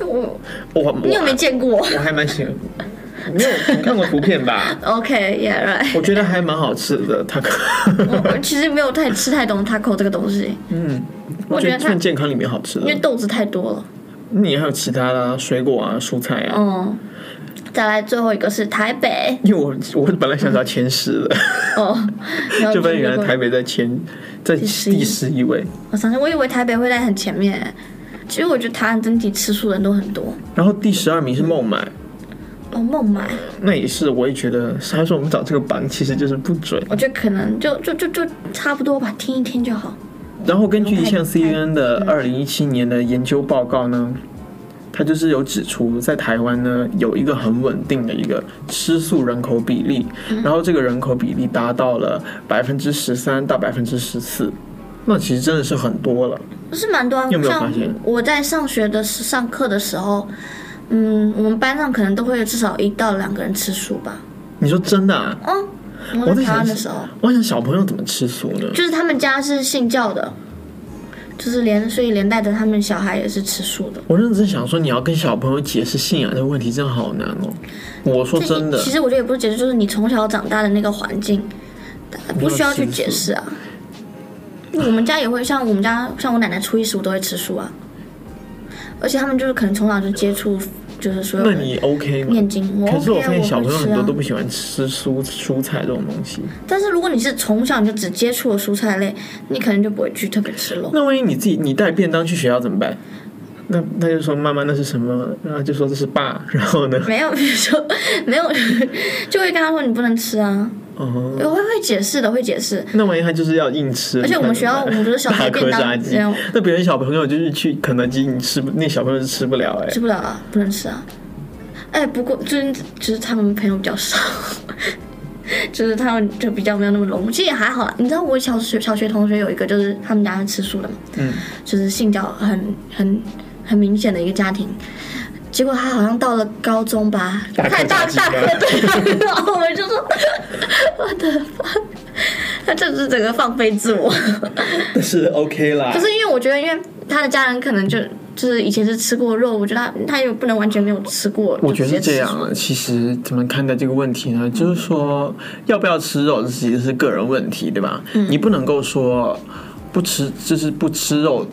[SPEAKER 2] 我
[SPEAKER 1] 我我
[SPEAKER 2] 你有没见过
[SPEAKER 1] 我还蛮喜欢，没有你看过图片 吧？
[SPEAKER 2] ？OK，yeah right
[SPEAKER 1] 我觉得还蛮好吃的，taco，
[SPEAKER 2] 我。我其实没有太吃太懂 taco 这个东西，
[SPEAKER 1] 嗯，
[SPEAKER 2] 我觉得它
[SPEAKER 1] 算健康里面好吃的
[SPEAKER 2] 因为。豆子太多了。
[SPEAKER 1] 你还有其他的、啊、水果啊、蔬菜啊，
[SPEAKER 2] 嗯，再来最后一个是台北
[SPEAKER 1] 因为我我本来想找前十的，
[SPEAKER 2] 哦，然后
[SPEAKER 1] 就发现
[SPEAKER 2] 就
[SPEAKER 1] 原来台北在前在
[SPEAKER 2] 十一
[SPEAKER 1] 第十一位，
[SPEAKER 2] 我相信我以为台北会在很前面，其实我觉得台湾整体吃素的人都很多。
[SPEAKER 1] 然后第十二名是孟买，
[SPEAKER 2] 哦，孟买，
[SPEAKER 1] 那也是我也觉得，他说我们找这个榜其实就是不准。
[SPEAKER 2] 我觉得可能就就就就差不多吧，听一听就好。
[SPEAKER 1] 然后根据一项
[SPEAKER 2] 太太
[SPEAKER 1] CNN 的二零一七年的研究报告呢，它就是有指出，在台湾呢有一个很稳定的一个吃素人口比例，
[SPEAKER 2] 嗯
[SPEAKER 1] 然后这个人口比例达到了百分之十三到百分之十四，那其实真的是很多了。
[SPEAKER 2] 是蛮多啊
[SPEAKER 1] 你有，没有发
[SPEAKER 2] 像
[SPEAKER 1] 现
[SPEAKER 2] 我在上学的时上课的时候，嗯，我们班上可能都会有至少一到两个人吃素吧。
[SPEAKER 1] 你说真的、啊？
[SPEAKER 2] 嗯，
[SPEAKER 1] 我
[SPEAKER 2] 我
[SPEAKER 1] 在
[SPEAKER 2] 在台
[SPEAKER 1] 想
[SPEAKER 2] 湾的
[SPEAKER 1] 是
[SPEAKER 2] 时候，
[SPEAKER 1] 我想小朋友怎么吃素呢？
[SPEAKER 2] 就是他们家是信教的，就是连所以连带着他们小孩也是吃素的。
[SPEAKER 1] 我认真想说，你要跟小朋友解释信仰这个问题，真的好难哦。我说真的
[SPEAKER 2] 这，其实我觉得也不是解释，就是你从小长大的那个环境，不需要去解释啊。我们家也会像我们家像我奶奶初一十五都会吃素啊，而且他们就是可能从小就接触，就是所有
[SPEAKER 1] 那
[SPEAKER 2] 的
[SPEAKER 1] 你 OK 吗？
[SPEAKER 2] 念经。我 OK 啊，
[SPEAKER 1] 可是我发现小朋友很多都
[SPEAKER 2] 我会吃啊。
[SPEAKER 1] 不喜欢吃蔬蔬菜这种东西。
[SPEAKER 2] 但是如果你是从小你就只接触了蔬菜类，你可能就不会去特别吃肉。
[SPEAKER 1] 那万一你自己你带便当去学校怎么办？那他就说妈妈那是什么？然后就说这是爸，然后呢？
[SPEAKER 2] 没有，比如说没有， 就会跟他说你不能吃啊。
[SPEAKER 1] 哦，
[SPEAKER 2] 我会会解释的，会解释。
[SPEAKER 1] 那万一他就是要硬吃？
[SPEAKER 2] 而且我们学
[SPEAKER 1] 你
[SPEAKER 2] 校
[SPEAKER 1] 看
[SPEAKER 2] 我们
[SPEAKER 1] 怎
[SPEAKER 2] 不
[SPEAKER 1] 么
[SPEAKER 2] 是
[SPEAKER 1] 办大
[SPEAKER 2] 小学
[SPEAKER 1] 颗
[SPEAKER 2] 便
[SPEAKER 1] 炸
[SPEAKER 2] 当
[SPEAKER 1] 鸡
[SPEAKER 2] 这样，
[SPEAKER 1] 那别人小朋友就是去肯德基，你吃不那小朋友是吃不了哎、
[SPEAKER 2] 吃不了啊，不能吃啊。哎，不过就是就是他们朋友比较少， 就是他们就比较没有那么融入。其实也还好啦，你知道我小学小学同学有一个就是他们家是吃素的嘛，
[SPEAKER 1] 嗯，
[SPEAKER 2] 就是性教很很很明显的一个家庭。结果他好像到了高中吧，
[SPEAKER 1] 大开
[SPEAKER 2] 太大
[SPEAKER 1] 杀
[SPEAKER 2] 大
[SPEAKER 1] 戒
[SPEAKER 2] 哥
[SPEAKER 1] 了
[SPEAKER 2] 对啊， 然后我们就说，我的妈，他就是整个放飞自我。
[SPEAKER 1] 但是 OK 啦
[SPEAKER 2] 可。是因为我觉得，因为他的家人可能就就是以前是吃过肉，我觉得他他也不能完全没有吃过。
[SPEAKER 1] 我觉得
[SPEAKER 2] 就是直
[SPEAKER 1] 这
[SPEAKER 2] 接吃
[SPEAKER 1] 样啊，其实怎么看待这个问题呢？就是说，
[SPEAKER 2] 嗯
[SPEAKER 1] 要不要吃肉，这其实是个人问题，对吧？你不能够说不吃，就是不吃肉，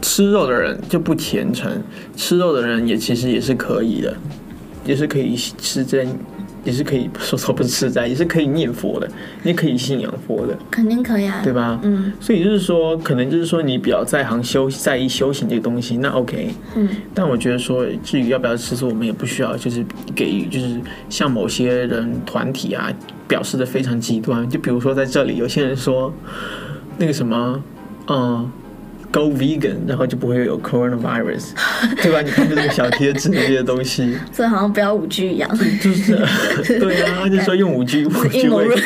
[SPEAKER 1] 吃肉的人就不虔诚，吃肉的人也其实也是可以的。也是可以吃斋，也是可以 说说不是吃斋，也是可以念佛的，也可以信仰佛的，
[SPEAKER 2] 肯定可以啊，
[SPEAKER 1] 对吧？
[SPEAKER 2] 嗯
[SPEAKER 1] 所以就是说，可能就是说你比较在行修在意修行这个东西，那 OK。
[SPEAKER 2] 嗯，
[SPEAKER 1] 但我觉得说，至于要不要吃素，我们也不需要就是给予就是像某些人团体啊表示的非常极端，就比如说在这里有些人说那个什么，嗯。Go vegan，然后就不会有 coronavirus，对吧？你看这个小贴纸这些东西，
[SPEAKER 2] 这好像不要五 G 一样，
[SPEAKER 1] 就是对啊，他就说用五 G，五 G
[SPEAKER 2] 阴谋
[SPEAKER 1] 会
[SPEAKER 2] 论，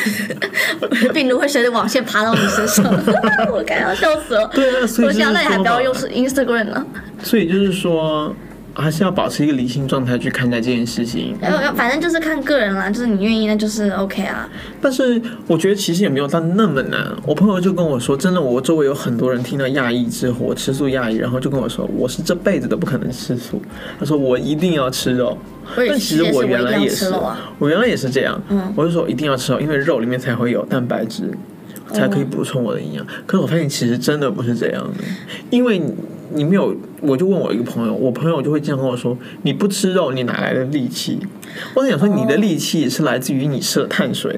[SPEAKER 2] 病毒会随着网线爬到你身上， 我该要笑死了。
[SPEAKER 1] 对啊，所以
[SPEAKER 2] 我
[SPEAKER 1] 就是
[SPEAKER 2] 想那你还
[SPEAKER 1] 说
[SPEAKER 2] 不要
[SPEAKER 1] 嘛
[SPEAKER 2] 用是 Instagram 了，
[SPEAKER 1] 所以就是说，还是要保持一个理性状态去看待这件事情。
[SPEAKER 2] 然后反正就是看个人啦，就是你愿意那就是 OK 啊。
[SPEAKER 1] 但是我觉得其实也没有到那么难。我朋友就跟我说，真的，我周围有很多人听到亚裔之后，我吃素亚裔，然后就跟我说，我是这辈子都不可能吃素。他说我一定要吃肉。
[SPEAKER 2] 我也
[SPEAKER 1] 但其实
[SPEAKER 2] 是
[SPEAKER 1] 我
[SPEAKER 2] 我一定
[SPEAKER 1] 原来
[SPEAKER 2] 要
[SPEAKER 1] 也
[SPEAKER 2] 吃
[SPEAKER 1] 是
[SPEAKER 2] 肉啊，
[SPEAKER 1] 我原来也是这样。
[SPEAKER 2] 嗯
[SPEAKER 1] 我就说我一定要吃肉，因为肉里面才会有蛋白质，才可以
[SPEAKER 2] 哦
[SPEAKER 1] 补充我的营养。可是我发现其实真的不是这样的，因为你你没有，我就问我一个朋友，我朋友就会这样跟我说：“你不吃肉，你哪来的力气？”我在想说，你的力气是来自于你吃了碳水。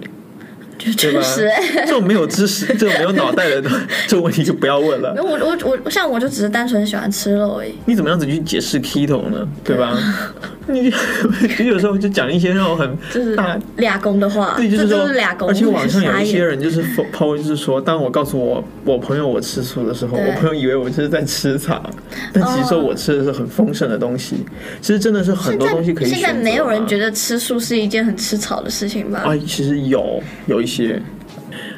[SPEAKER 2] 就
[SPEAKER 1] 对
[SPEAKER 2] 确
[SPEAKER 1] 吧？
[SPEAKER 2] 实、欸。
[SPEAKER 1] 这种没有知 识、这种没有脑袋的， 这种问题就不要问了。
[SPEAKER 2] 然后我我我像我就只是单纯喜欢吃肉而已，
[SPEAKER 1] 你怎么样子去解释 keto 呢？对吧？ 你就有时候就讲一些让我很
[SPEAKER 2] 就是
[SPEAKER 1] 大，
[SPEAKER 2] 俩公的话，
[SPEAKER 1] 对，就
[SPEAKER 2] 这
[SPEAKER 1] 是说
[SPEAKER 2] 就是俩，公，
[SPEAKER 1] 而且
[SPEAKER 2] 我
[SPEAKER 1] 网
[SPEAKER 2] 很
[SPEAKER 1] 上有
[SPEAKER 2] 傻
[SPEAKER 1] 一
[SPEAKER 2] 眼
[SPEAKER 1] 些人就是抛，就是说，当我告诉我我朋友我吃素的时候，
[SPEAKER 2] 对
[SPEAKER 1] 我朋友以为我就是在吃草，但其实说
[SPEAKER 2] 哦
[SPEAKER 1] 我吃的是很丰盛的东西。其实真的是很多东西可以
[SPEAKER 2] 现在
[SPEAKER 1] 选择
[SPEAKER 2] 没有人
[SPEAKER 1] 嘛
[SPEAKER 2] 觉得吃素是一件很吃草的事情吧？
[SPEAKER 1] 啊，其实有有一些。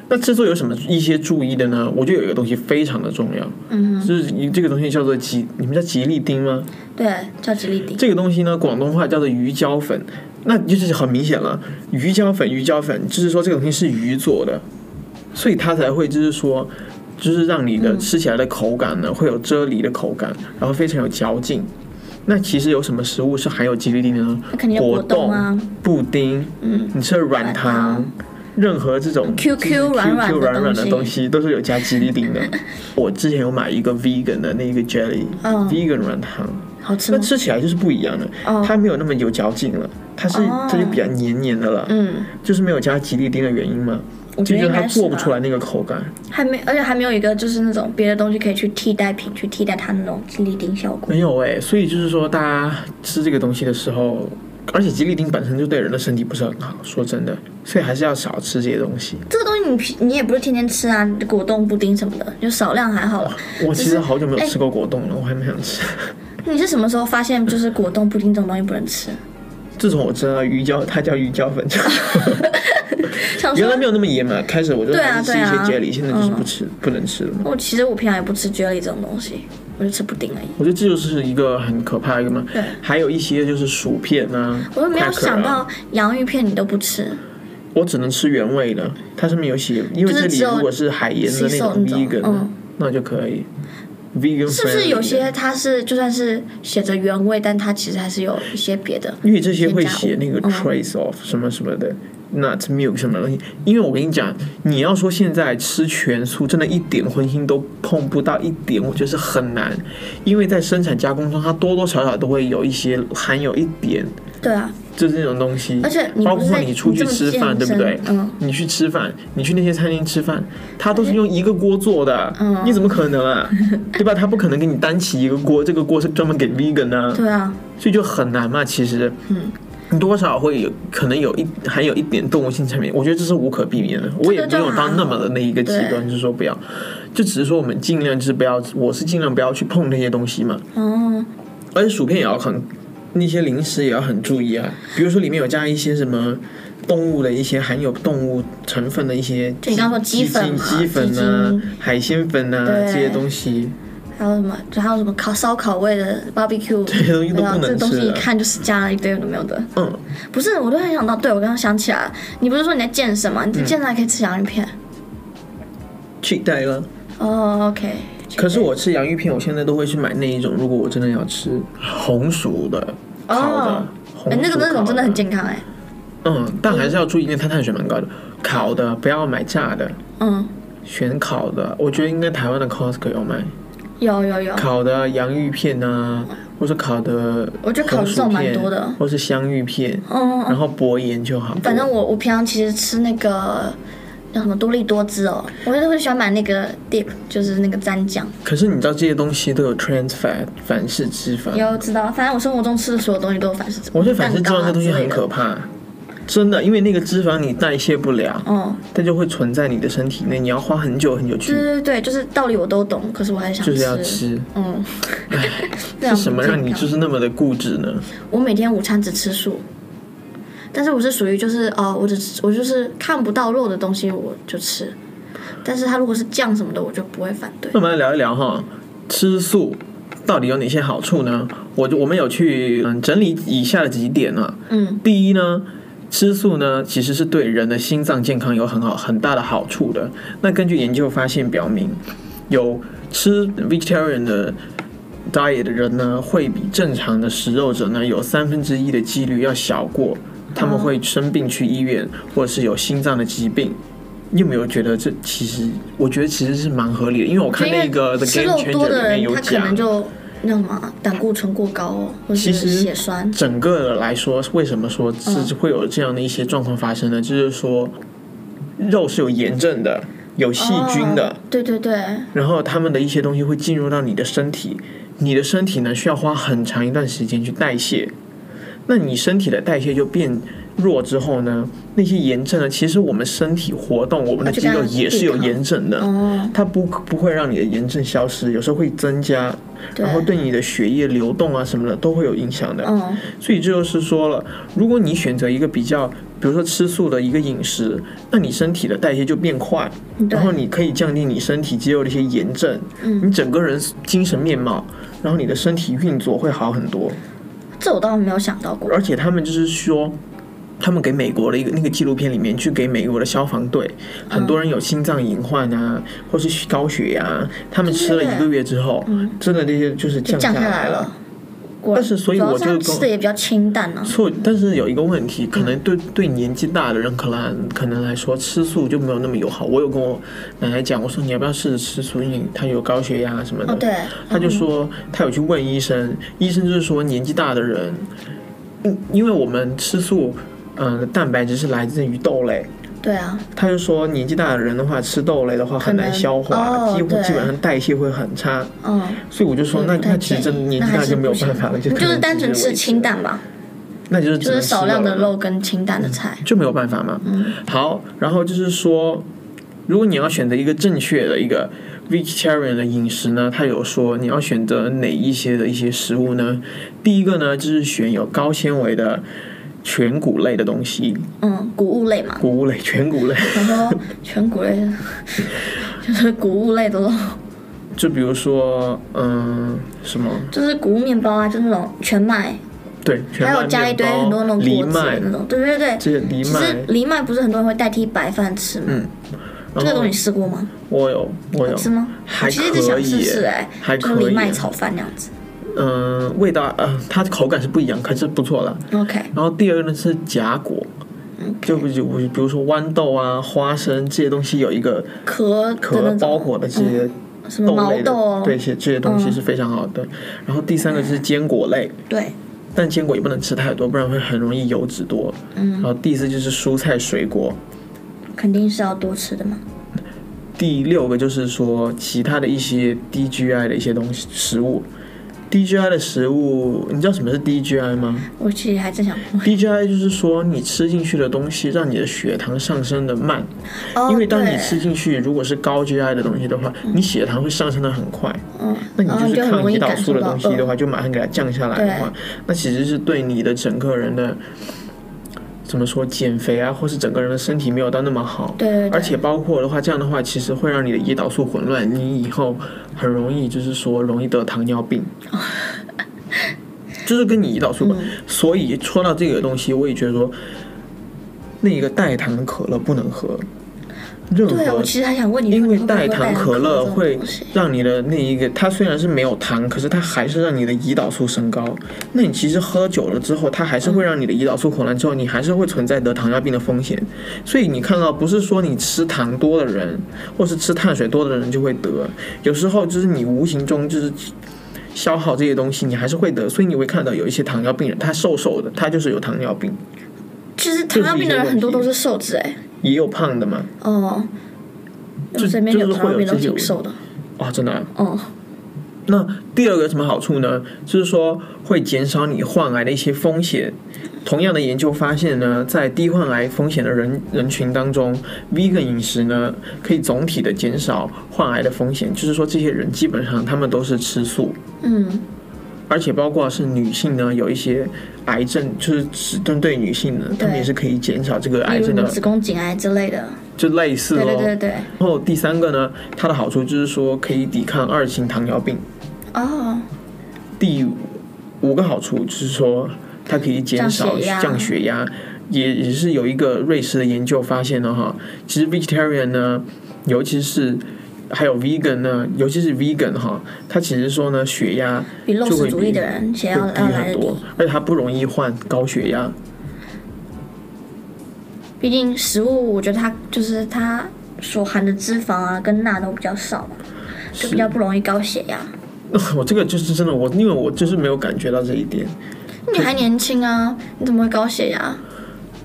[SPEAKER 1] 那制作有什么一些注意的呢？我觉得有一个东西非常的重要，
[SPEAKER 2] 嗯，
[SPEAKER 1] 就是你这个东西叫做吉，你们叫吉利丁吗？
[SPEAKER 2] 对，叫吉利丁。
[SPEAKER 1] 这个东西呢，广东话叫做鱼胶粉，那就是很明显了，鱼胶粉，鱼胶粉，就是说这个东西是鱼做的，所以它才会就是说，就是让你
[SPEAKER 2] 嗯
[SPEAKER 1] 的吃起来的口感呢，会有啫喱的口感，然后非常有嚼劲。那其实有什么食物是含有吉利丁的呢？
[SPEAKER 2] 那肯定有
[SPEAKER 1] 果
[SPEAKER 2] 果冻啊，
[SPEAKER 1] 布丁，
[SPEAKER 2] 嗯，
[SPEAKER 1] 你吃的软
[SPEAKER 2] 软
[SPEAKER 1] 糖
[SPEAKER 2] 糖，
[SPEAKER 1] 任何这种
[SPEAKER 2] QQ
[SPEAKER 1] 就是
[SPEAKER 2] 软软的
[SPEAKER 1] QQ 软软的
[SPEAKER 2] 东
[SPEAKER 1] 东西都是有加吉利丁 的。我之前有买一个 vegan 的那个 jelly，vegan、
[SPEAKER 2] 嗯
[SPEAKER 1] vegan 软糖，
[SPEAKER 2] 好吃
[SPEAKER 1] 那
[SPEAKER 2] 吗？
[SPEAKER 1] 吃起来就是不一样的，
[SPEAKER 2] 哦
[SPEAKER 1] 它没有那么有嚼劲了，它是
[SPEAKER 2] 哦
[SPEAKER 1] 它就比较黏黏的了，
[SPEAKER 2] 嗯，
[SPEAKER 1] 就是没有加吉利丁的原因嘛。
[SPEAKER 2] 我
[SPEAKER 1] 就
[SPEAKER 2] 觉得
[SPEAKER 1] 是
[SPEAKER 2] 应
[SPEAKER 1] 它
[SPEAKER 2] 该是
[SPEAKER 1] 做不出
[SPEAKER 2] 吧。
[SPEAKER 1] 来那个口感，
[SPEAKER 2] 还没，而且还没有一个就是那种别的东西可以去替代品，去替代它那种吉利丁效果。
[SPEAKER 1] 没有哎、所以就是说，大家吃这个东西的时候，而且吉利丁本身就对人的身体不是很好，说真的，所以还是要少吃这些东西。
[SPEAKER 2] 这个东西你平你也不是天天吃啊，果冻、布丁什么的，就少量还好了。啊
[SPEAKER 1] 我其实
[SPEAKER 2] 就是
[SPEAKER 1] 好久没有
[SPEAKER 2] 哎
[SPEAKER 1] 吃过果冻了，我还蛮想吃。 嗯
[SPEAKER 2] 你是什么时候发现就是果冻、布丁这种东西不能吃？
[SPEAKER 1] 自从我知道鱼胶，它叫鱼胶粉，
[SPEAKER 2] 想
[SPEAKER 1] 原来
[SPEAKER 2] 说，
[SPEAKER 1] 没有那么严嘛。开始我就
[SPEAKER 2] 对啊
[SPEAKER 1] 还是吃一些
[SPEAKER 2] 对啊
[SPEAKER 1] jelly，、现在就是不吃、不能吃了嘛。
[SPEAKER 2] 我其实我平常也不吃 jelly 这种东西，我就吃布丁而已。
[SPEAKER 1] 我觉得这就是一个很可怕的一个嘛
[SPEAKER 2] 对。
[SPEAKER 1] 还有一些就是薯片啊，
[SPEAKER 2] 我都没有
[SPEAKER 1] cracker 啊
[SPEAKER 2] 想到洋芋片你都不吃，
[SPEAKER 1] 我只能吃原味的，它上面有写，因为
[SPEAKER 2] 就
[SPEAKER 1] 这
[SPEAKER 2] 是
[SPEAKER 1] 里
[SPEAKER 2] 只有
[SPEAKER 1] 如果是海盐的那
[SPEAKER 2] 吸收
[SPEAKER 1] 种
[SPEAKER 2] 那种
[SPEAKER 1] vegan，、
[SPEAKER 2] 嗯
[SPEAKER 1] 那就可以。vegan
[SPEAKER 2] 是不是有
[SPEAKER 1] friendly 的
[SPEAKER 2] 些它是就算是写着原味，但它其实还是有一些别的？
[SPEAKER 1] 因为这些会写那个
[SPEAKER 2] 添加物
[SPEAKER 1] trace of 什么什么的、nut milk 什么东西。因为我跟你讲，你要说现在吃全素，真的一点荤腥都碰不到一点，我觉得是很难。因为在生产加工中，它多多少少都会有一些含有一点
[SPEAKER 2] 对啊，
[SPEAKER 1] 就是那种东西。
[SPEAKER 2] 而且你
[SPEAKER 1] 包
[SPEAKER 2] 不是
[SPEAKER 1] 括
[SPEAKER 2] 在
[SPEAKER 1] 你出去
[SPEAKER 2] 这么
[SPEAKER 1] 吃饭，
[SPEAKER 2] 健
[SPEAKER 1] 对不对
[SPEAKER 2] 身？嗯，
[SPEAKER 1] 你去吃饭，你去那些餐厅吃饭，它都是用一个锅做的，
[SPEAKER 2] 嗯
[SPEAKER 1] 你怎么可能 啊？对吧？它不可能给你单起一个锅，这个锅是专门给 vegan 的、
[SPEAKER 2] 对啊，
[SPEAKER 1] 所以就很难嘛。其实，
[SPEAKER 2] 嗯，
[SPEAKER 1] 你多少会有可能有一还有一点动物性产品，我觉得这是无可避免的。我也
[SPEAKER 2] 这个
[SPEAKER 1] 没
[SPEAKER 2] 就
[SPEAKER 1] 有到那么的那一个极
[SPEAKER 2] 还好
[SPEAKER 1] 端，就是说不要，就只是说我们尽量就是不要，我是尽量不要去碰那些东西嘛。
[SPEAKER 2] 哦，
[SPEAKER 1] 而且薯片也要很，那些零食也要很注意啊，比如说里面有加一些什么动物的一些含有动物成分的一些鸡，
[SPEAKER 2] 就你刚刚说鸡粉嘛
[SPEAKER 1] 鸡粉
[SPEAKER 2] 鸡
[SPEAKER 1] 啊
[SPEAKER 2] 精、
[SPEAKER 1] 海鲜粉啊
[SPEAKER 2] 对
[SPEAKER 1] 这些东西，
[SPEAKER 2] 还有什么？就还有什么烤烧烤味的 barbecue，
[SPEAKER 1] 这些东西都
[SPEAKER 2] 对啊
[SPEAKER 1] 不能
[SPEAKER 2] 这东
[SPEAKER 1] 吃
[SPEAKER 2] 西
[SPEAKER 1] 的
[SPEAKER 2] 一看就是加了一堆有的没有的。
[SPEAKER 1] 嗯，
[SPEAKER 2] 不是，我突然想到，对我刚刚想起来了，你不是说你在健身吗？你在健身还可以吃洋芋片。
[SPEAKER 1] 去带了。
[SPEAKER 2] 哦，OK。
[SPEAKER 1] 可是我吃洋芋片，我现在都会去买那一种，如果我真的要吃红薯的烤的
[SPEAKER 2] 哦，
[SPEAKER 1] 红
[SPEAKER 2] 哎
[SPEAKER 1] 薯
[SPEAKER 2] 那个那
[SPEAKER 1] 烤
[SPEAKER 2] 种真的很健康哎。
[SPEAKER 1] 嗯，但还是要注意，因为它碳水蛮高的，烤的不要买炸的，
[SPEAKER 2] 嗯，
[SPEAKER 1] 选烤的。我觉得应该台湾的 Costco 有卖
[SPEAKER 2] 有有有。
[SPEAKER 1] 烤的洋芋片啊，或是烤的，
[SPEAKER 2] 我觉得烤的这种蛮多的
[SPEAKER 1] 或是香芋片，
[SPEAKER 2] 嗯，
[SPEAKER 1] 然后薄盐就好。
[SPEAKER 2] 反正我我平常其实吃那个叫什么多利多汁哦，我就会喜欢买那个 dip，就是那个蘸酱。
[SPEAKER 1] 可是你知道这些东西都有 trans fat 反式脂肪，
[SPEAKER 2] 有知道，反正我生活中吃的所有东西都有反式脂肪。
[SPEAKER 1] 我觉得反式脂
[SPEAKER 2] 蛋糕
[SPEAKER 1] 肪
[SPEAKER 2] 啊
[SPEAKER 1] 这东西
[SPEAKER 2] 之类
[SPEAKER 1] 很
[SPEAKER 2] 的
[SPEAKER 1] 可怕，真的，因为那个脂肪你代谢不了，
[SPEAKER 2] 嗯，
[SPEAKER 1] 它就会存在你的身体内，你要花很久很久
[SPEAKER 2] 对
[SPEAKER 1] 去，
[SPEAKER 2] 对对，就是道理我都懂，可是我还是想
[SPEAKER 1] 就是要吃。
[SPEAKER 2] 嗯，这
[SPEAKER 1] 是
[SPEAKER 2] 样
[SPEAKER 1] 什么
[SPEAKER 2] 不健
[SPEAKER 1] 让你
[SPEAKER 2] 康
[SPEAKER 1] 就是那么的固执呢？
[SPEAKER 2] 我每天午餐只吃素，但是我是属于就是哦，我只吃我就是看不到肉的东西我就吃，但是它如果是酱什么的，我就不会反对。
[SPEAKER 1] 那我们来聊一聊哈，吃素到底有哪些好处呢？我就我们有去嗯整理以下的几点啊。
[SPEAKER 2] 嗯，
[SPEAKER 1] 第一呢，吃素呢其实是对人的心脏健康有很好很大的好处的。那根据研究发现表明，有吃 vegetarian 的 diet 的人呢，会比正常的食肉者呢有三分之一的几率要小过，他们会生病去医院，或者是有心脏的疾病。你有没有觉得这其实？我觉得其实是蛮合理的，因为我看
[SPEAKER 2] 就因
[SPEAKER 1] 那
[SPEAKER 2] 为
[SPEAKER 1] 个 The
[SPEAKER 2] 吃
[SPEAKER 1] Game
[SPEAKER 2] 肉
[SPEAKER 1] Changer
[SPEAKER 2] 多
[SPEAKER 1] 里
[SPEAKER 2] 的
[SPEAKER 1] 面
[SPEAKER 2] 人，
[SPEAKER 1] 有
[SPEAKER 2] 他可
[SPEAKER 1] 讲
[SPEAKER 2] 能，就那什么胆固醇过高哦，或
[SPEAKER 1] 其
[SPEAKER 2] 是
[SPEAKER 1] 实
[SPEAKER 2] 血栓。
[SPEAKER 1] 整个来说，为什么说是
[SPEAKER 2] 嗯
[SPEAKER 1] 会有这样的一些状况发生呢？就是说，肉是有炎症的，有细菌的，
[SPEAKER 2] 哦对对对，
[SPEAKER 1] 然后它们的一些东西会进入到你的身体，你的身体呢需要花很长一段时间去代谢。那你身体的代谢就变弱之后呢，那些炎症呢，其实我们身体活动，我们的
[SPEAKER 2] 它就
[SPEAKER 1] 肌肉
[SPEAKER 2] 跟它
[SPEAKER 1] 也是有
[SPEAKER 2] 抵抗
[SPEAKER 1] 炎症的。
[SPEAKER 2] 哦，
[SPEAKER 1] 它不不会让你的炎症消失，有时候会增加，
[SPEAKER 2] 对
[SPEAKER 1] 然后对你的血液流动啊什么的都会有影响的。
[SPEAKER 2] 嗯，
[SPEAKER 1] 所以这就是说了，如果你选择一个比较，比如说吃素的一个饮食，那你身体的代谢就变快，
[SPEAKER 2] 对
[SPEAKER 1] 然后你可以降低你身体肌肉的一些炎症，
[SPEAKER 2] 嗯
[SPEAKER 1] 你整个人精神面貌，然后你的身体运作会好很多。
[SPEAKER 2] 这我倒是没有想到过。
[SPEAKER 1] 而且他们就是说，他们给美国的一个那个纪录片里面去给美国的消防队，
[SPEAKER 2] 嗯
[SPEAKER 1] 很多人有心脏隐患啊，或是高血压、他们吃了一个月之后，真的那些就是降下
[SPEAKER 2] 嗯降下来
[SPEAKER 1] 来
[SPEAKER 2] 了
[SPEAKER 1] 了。，
[SPEAKER 2] 果
[SPEAKER 1] 但是所以
[SPEAKER 2] 主要
[SPEAKER 1] 我
[SPEAKER 2] 是
[SPEAKER 1] 就
[SPEAKER 2] 他
[SPEAKER 1] 跟
[SPEAKER 2] 吃的也比较清淡呢、
[SPEAKER 1] 错，但是有一个问
[SPEAKER 2] 嗯
[SPEAKER 1] 题，可能对对年纪大的人可能可能来说，吃素就没有那么友好。我有跟我奶奶讲，我说你要不要试着吃素，因为她有高血压什么的。
[SPEAKER 2] 哦，对，嗯
[SPEAKER 1] 他就说他有去问医生，医生就是说年纪大的人，嗯，因为我们吃素，嗯、蛋白质是来自于豆类。
[SPEAKER 2] 对啊，
[SPEAKER 1] 他就说年纪大的人的话，吃豆类的话很难消化，
[SPEAKER 2] 哦
[SPEAKER 1] 几乎
[SPEAKER 2] 对
[SPEAKER 1] 基本上代谢会很差。
[SPEAKER 2] 嗯，
[SPEAKER 1] 所以我就说，那
[SPEAKER 2] 对不太
[SPEAKER 1] 那其实真的
[SPEAKER 2] 建议
[SPEAKER 1] 年纪
[SPEAKER 2] 那
[SPEAKER 1] 大
[SPEAKER 2] 还是
[SPEAKER 1] 就没有
[SPEAKER 2] 不行
[SPEAKER 1] 办法了，就
[SPEAKER 2] 你
[SPEAKER 1] 可
[SPEAKER 2] 就是
[SPEAKER 1] 能
[SPEAKER 2] 单
[SPEAKER 1] 只
[SPEAKER 2] 纯
[SPEAKER 1] 是
[SPEAKER 2] 吃
[SPEAKER 1] 维持
[SPEAKER 2] 清淡吧，
[SPEAKER 1] 那就是只
[SPEAKER 2] 就
[SPEAKER 1] 能
[SPEAKER 2] 是
[SPEAKER 1] 吃
[SPEAKER 2] 少量的
[SPEAKER 1] 了嗯
[SPEAKER 2] 肉跟清淡的菜。
[SPEAKER 1] 就没有办法嘛。好，然后就是说，如果你要选择一个正确的一个 vegetarian 的饮食呢，它有说你要选择哪一些的一些食物呢？第一个呢，就是选有高纤维的。全谷类的东西，
[SPEAKER 2] 嗯，谷物类嘛，
[SPEAKER 1] 谷物类、 全谷类，
[SPEAKER 2] 然后全谷类的， 就是谷物类的咯，
[SPEAKER 1] 就比如说，嗯，什么？
[SPEAKER 2] 就是谷物面包啊，就是那种全麦，
[SPEAKER 1] 对，全
[SPEAKER 2] 还有
[SPEAKER 1] 麦
[SPEAKER 2] 加一
[SPEAKER 1] 面
[SPEAKER 2] 堆
[SPEAKER 1] 包
[SPEAKER 2] 很多那种
[SPEAKER 1] 藜
[SPEAKER 2] 果汁
[SPEAKER 1] 麦
[SPEAKER 2] 那，种，对对对
[SPEAKER 1] 这
[SPEAKER 2] 对。
[SPEAKER 1] 些藜
[SPEAKER 2] 其
[SPEAKER 1] 麦
[SPEAKER 2] 实，藜麦不是很多人会代替白饭吃吗？
[SPEAKER 1] 嗯，
[SPEAKER 2] 这个
[SPEAKER 1] 然后
[SPEAKER 2] 东西你试过吗？
[SPEAKER 1] 我有，我有
[SPEAKER 2] 吃吗？
[SPEAKER 1] 还
[SPEAKER 2] 我其实一直
[SPEAKER 1] 可
[SPEAKER 2] 想试
[SPEAKER 1] 以
[SPEAKER 2] 试
[SPEAKER 1] 耶，
[SPEAKER 2] 哎，
[SPEAKER 1] 还
[SPEAKER 2] 就是
[SPEAKER 1] 可以
[SPEAKER 2] 藜麦
[SPEAKER 1] 耶
[SPEAKER 2] 炒饭那样子。
[SPEAKER 1] 嗯，味道，呃，它的口感是不一样，可是不错了。
[SPEAKER 2] OK，
[SPEAKER 1] 然后第二个呢是荚果，就比如比如说豌豆啊、花生这些东西有一个
[SPEAKER 2] 壳的
[SPEAKER 1] 壳
[SPEAKER 2] 那
[SPEAKER 1] 包
[SPEAKER 2] 种，
[SPEAKER 1] 裹的这些
[SPEAKER 2] 什么
[SPEAKER 1] 豆
[SPEAKER 2] 毛
[SPEAKER 1] 类
[SPEAKER 2] 豆
[SPEAKER 1] 的
[SPEAKER 2] 哦，，
[SPEAKER 1] 对，这这些东西是非常好的。然后第三个就是坚果类，
[SPEAKER 2] 对，
[SPEAKER 1] 但坚果也不能吃太多，不然会很容易油脂多。
[SPEAKER 2] 嗯
[SPEAKER 1] 然后第四就是蔬菜水果，
[SPEAKER 2] 肯定是要多吃的嘛。
[SPEAKER 1] 第六个就是说其他的一些 DGI 的一些东西食物。DGI 的食物，你知道什么是 DGI 吗？
[SPEAKER 2] 我其实还正想问，
[SPEAKER 1] DGI 就是说你吃进去的东西让你的血糖上升的慢，
[SPEAKER 2] 哦
[SPEAKER 1] 因为当你
[SPEAKER 2] 对
[SPEAKER 1] 吃进去如果是高 GI 的东西的话，你血糖会上升的很快。
[SPEAKER 2] 嗯，
[SPEAKER 1] 那你
[SPEAKER 2] 然后
[SPEAKER 1] 就是
[SPEAKER 2] 很
[SPEAKER 1] 抗
[SPEAKER 2] 容易
[SPEAKER 1] 胰岛
[SPEAKER 2] 感
[SPEAKER 1] 素
[SPEAKER 2] 受
[SPEAKER 1] 的
[SPEAKER 2] 到嗯
[SPEAKER 1] 东西的
[SPEAKER 2] 饿，
[SPEAKER 1] 话，就马上给它降下来的话，那其实是对你的整个人的怎么说减肥啊，或是整个人的身体没有到那么好。
[SPEAKER 2] 对对对
[SPEAKER 1] 而且包括的话，这样的话其实会让你的胰岛素混乱，你以后很容易就是说容易得糖尿 病。就是跟你胰岛素吧，
[SPEAKER 2] 嗯
[SPEAKER 1] 所以说到这个东西，我也觉得说，那一个代糖的可乐不能喝，任
[SPEAKER 2] 对
[SPEAKER 1] 何
[SPEAKER 2] 我其实还想问你说，
[SPEAKER 1] 因为
[SPEAKER 2] 你会不
[SPEAKER 1] 代
[SPEAKER 2] 会喝
[SPEAKER 1] 糖可
[SPEAKER 2] 可
[SPEAKER 1] 乐会
[SPEAKER 2] 这种东西
[SPEAKER 1] 让你的那一个，它虽然是没有糖，可是它还是让你的胰岛素升高。那你其实喝久了之后，它还是会让你的胰岛素混乱，之后你还是会存在得糖尿病的风险。所以你看到，不是说你吃糖多的人，或是吃碳水多的人就会得，有时候就是你无形中就是消耗这些东西，你还是会得，所以你会看到有一些糖尿病人，他瘦瘦的，他就是有糖尿病，
[SPEAKER 2] 其实糖尿病的人很多都是瘦子哎、
[SPEAKER 1] 也有胖的嘛。
[SPEAKER 2] 哦，
[SPEAKER 1] 就
[SPEAKER 2] 我身边有
[SPEAKER 1] 就是
[SPEAKER 2] 糖
[SPEAKER 1] 会有
[SPEAKER 2] 尿病都
[SPEAKER 1] 这些
[SPEAKER 2] 挺瘦的，
[SPEAKER 1] 哦，真的啊、
[SPEAKER 2] 哦，
[SPEAKER 1] 那第二个有什么好处呢？就是说会减少你患癌的一些风险。同样的研究发现呢，在低患癌风险的人人群当中，vegan 饮食呢可以总体的减少患癌的风险。就是说，这些人基本上他们都是吃素，
[SPEAKER 2] 嗯，
[SPEAKER 1] 而且包括是女性呢，有一些癌症，就是只针对女性呢，她们也是可以减少这个癌
[SPEAKER 2] 比
[SPEAKER 1] 症
[SPEAKER 2] 如
[SPEAKER 1] 的，哦
[SPEAKER 2] 子宫颈癌之类的，
[SPEAKER 1] 就类似
[SPEAKER 2] 对
[SPEAKER 1] 咯。
[SPEAKER 2] 对对对，
[SPEAKER 1] 然后第三个呢，它的好处就是说可以抵抗二型糖尿病。
[SPEAKER 2] 哦，
[SPEAKER 1] 第五个好处就是说，它可以减少
[SPEAKER 2] 降血压
[SPEAKER 1] 降血压，也也是有一个瑞士的研究发现了哈。其实 vegetarian 呢，尤其是还有 vegan 呢，尤其是 vegan 哈，它其实说呢，血压
[SPEAKER 2] 比肉
[SPEAKER 1] 就会
[SPEAKER 2] 食主义的人血压要
[SPEAKER 1] 会低
[SPEAKER 2] 来
[SPEAKER 1] 很
[SPEAKER 2] 的低
[SPEAKER 1] 多，，而且它不容易患高血压。
[SPEAKER 2] 毕竟食物我觉得它就是它所含的脂肪啊跟钠都比较少嘛，就比较不容易高血压。
[SPEAKER 1] 我这个就是真的，我因为我就是没有感觉到这一点。
[SPEAKER 2] 你还年轻啊，你怎么会高血压？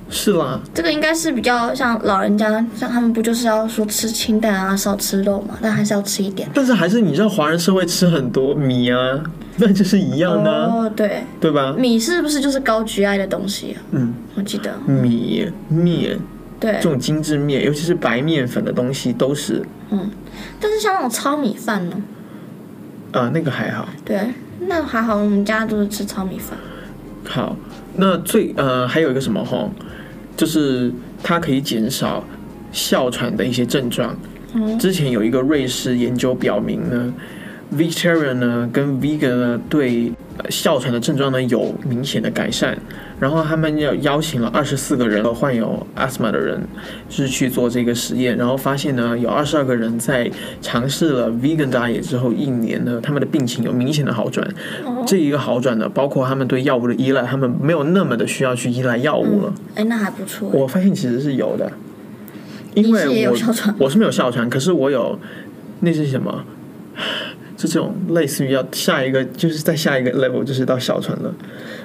[SPEAKER 1] 是啦，
[SPEAKER 2] 这个应该是比较像老人家，像他们不就是要说吃清淡啊，少吃肉嘛，但还是要吃一点。
[SPEAKER 1] 但是还是你知道华人社会吃很多米啊，那就是一样的啊、
[SPEAKER 2] 哦，对，
[SPEAKER 1] 对吧？
[SPEAKER 2] 米是不是就是高 GI 的东西、啊？
[SPEAKER 1] 嗯，
[SPEAKER 2] 我记得，
[SPEAKER 1] 米面
[SPEAKER 2] 对
[SPEAKER 1] 这。种精致面，尤其是白面粉的东西都是，
[SPEAKER 2] 但是像那种糙米饭呢？
[SPEAKER 1] 啊、那个还好。
[SPEAKER 2] 对，那还好，我们家都是吃糙米饭。
[SPEAKER 1] 好，那最呃还有一个什么吼，就是它可以减少哮喘的一些症状。
[SPEAKER 2] 嗯
[SPEAKER 1] 之前有一个瑞士研究表明呢，vegetarian 呢跟 vegan 呢对呃哮喘的症状呢有明显的改善。然后他们要邀请了二十四个人呃患有 asthma 的人，就是去做这个实验，然后发现呢，有二十二个人在尝试了 vegan diet 之后一年呢，他们的病情有明显的好转。
[SPEAKER 2] 哦，
[SPEAKER 1] 这一个好转呢，包括他们对药物的依赖，他们没有那么的需要去依赖药物了。
[SPEAKER 2] 哎，那还不错。
[SPEAKER 1] 我发现其实是有的，
[SPEAKER 2] 你
[SPEAKER 1] 因
[SPEAKER 2] 是也
[SPEAKER 1] 为
[SPEAKER 2] 有
[SPEAKER 1] 我
[SPEAKER 2] 哮喘
[SPEAKER 1] 我是没有哮喘，可是我有那是什么？ 就这种类似于要下一个，就是在下一个 level 就是到哮喘了。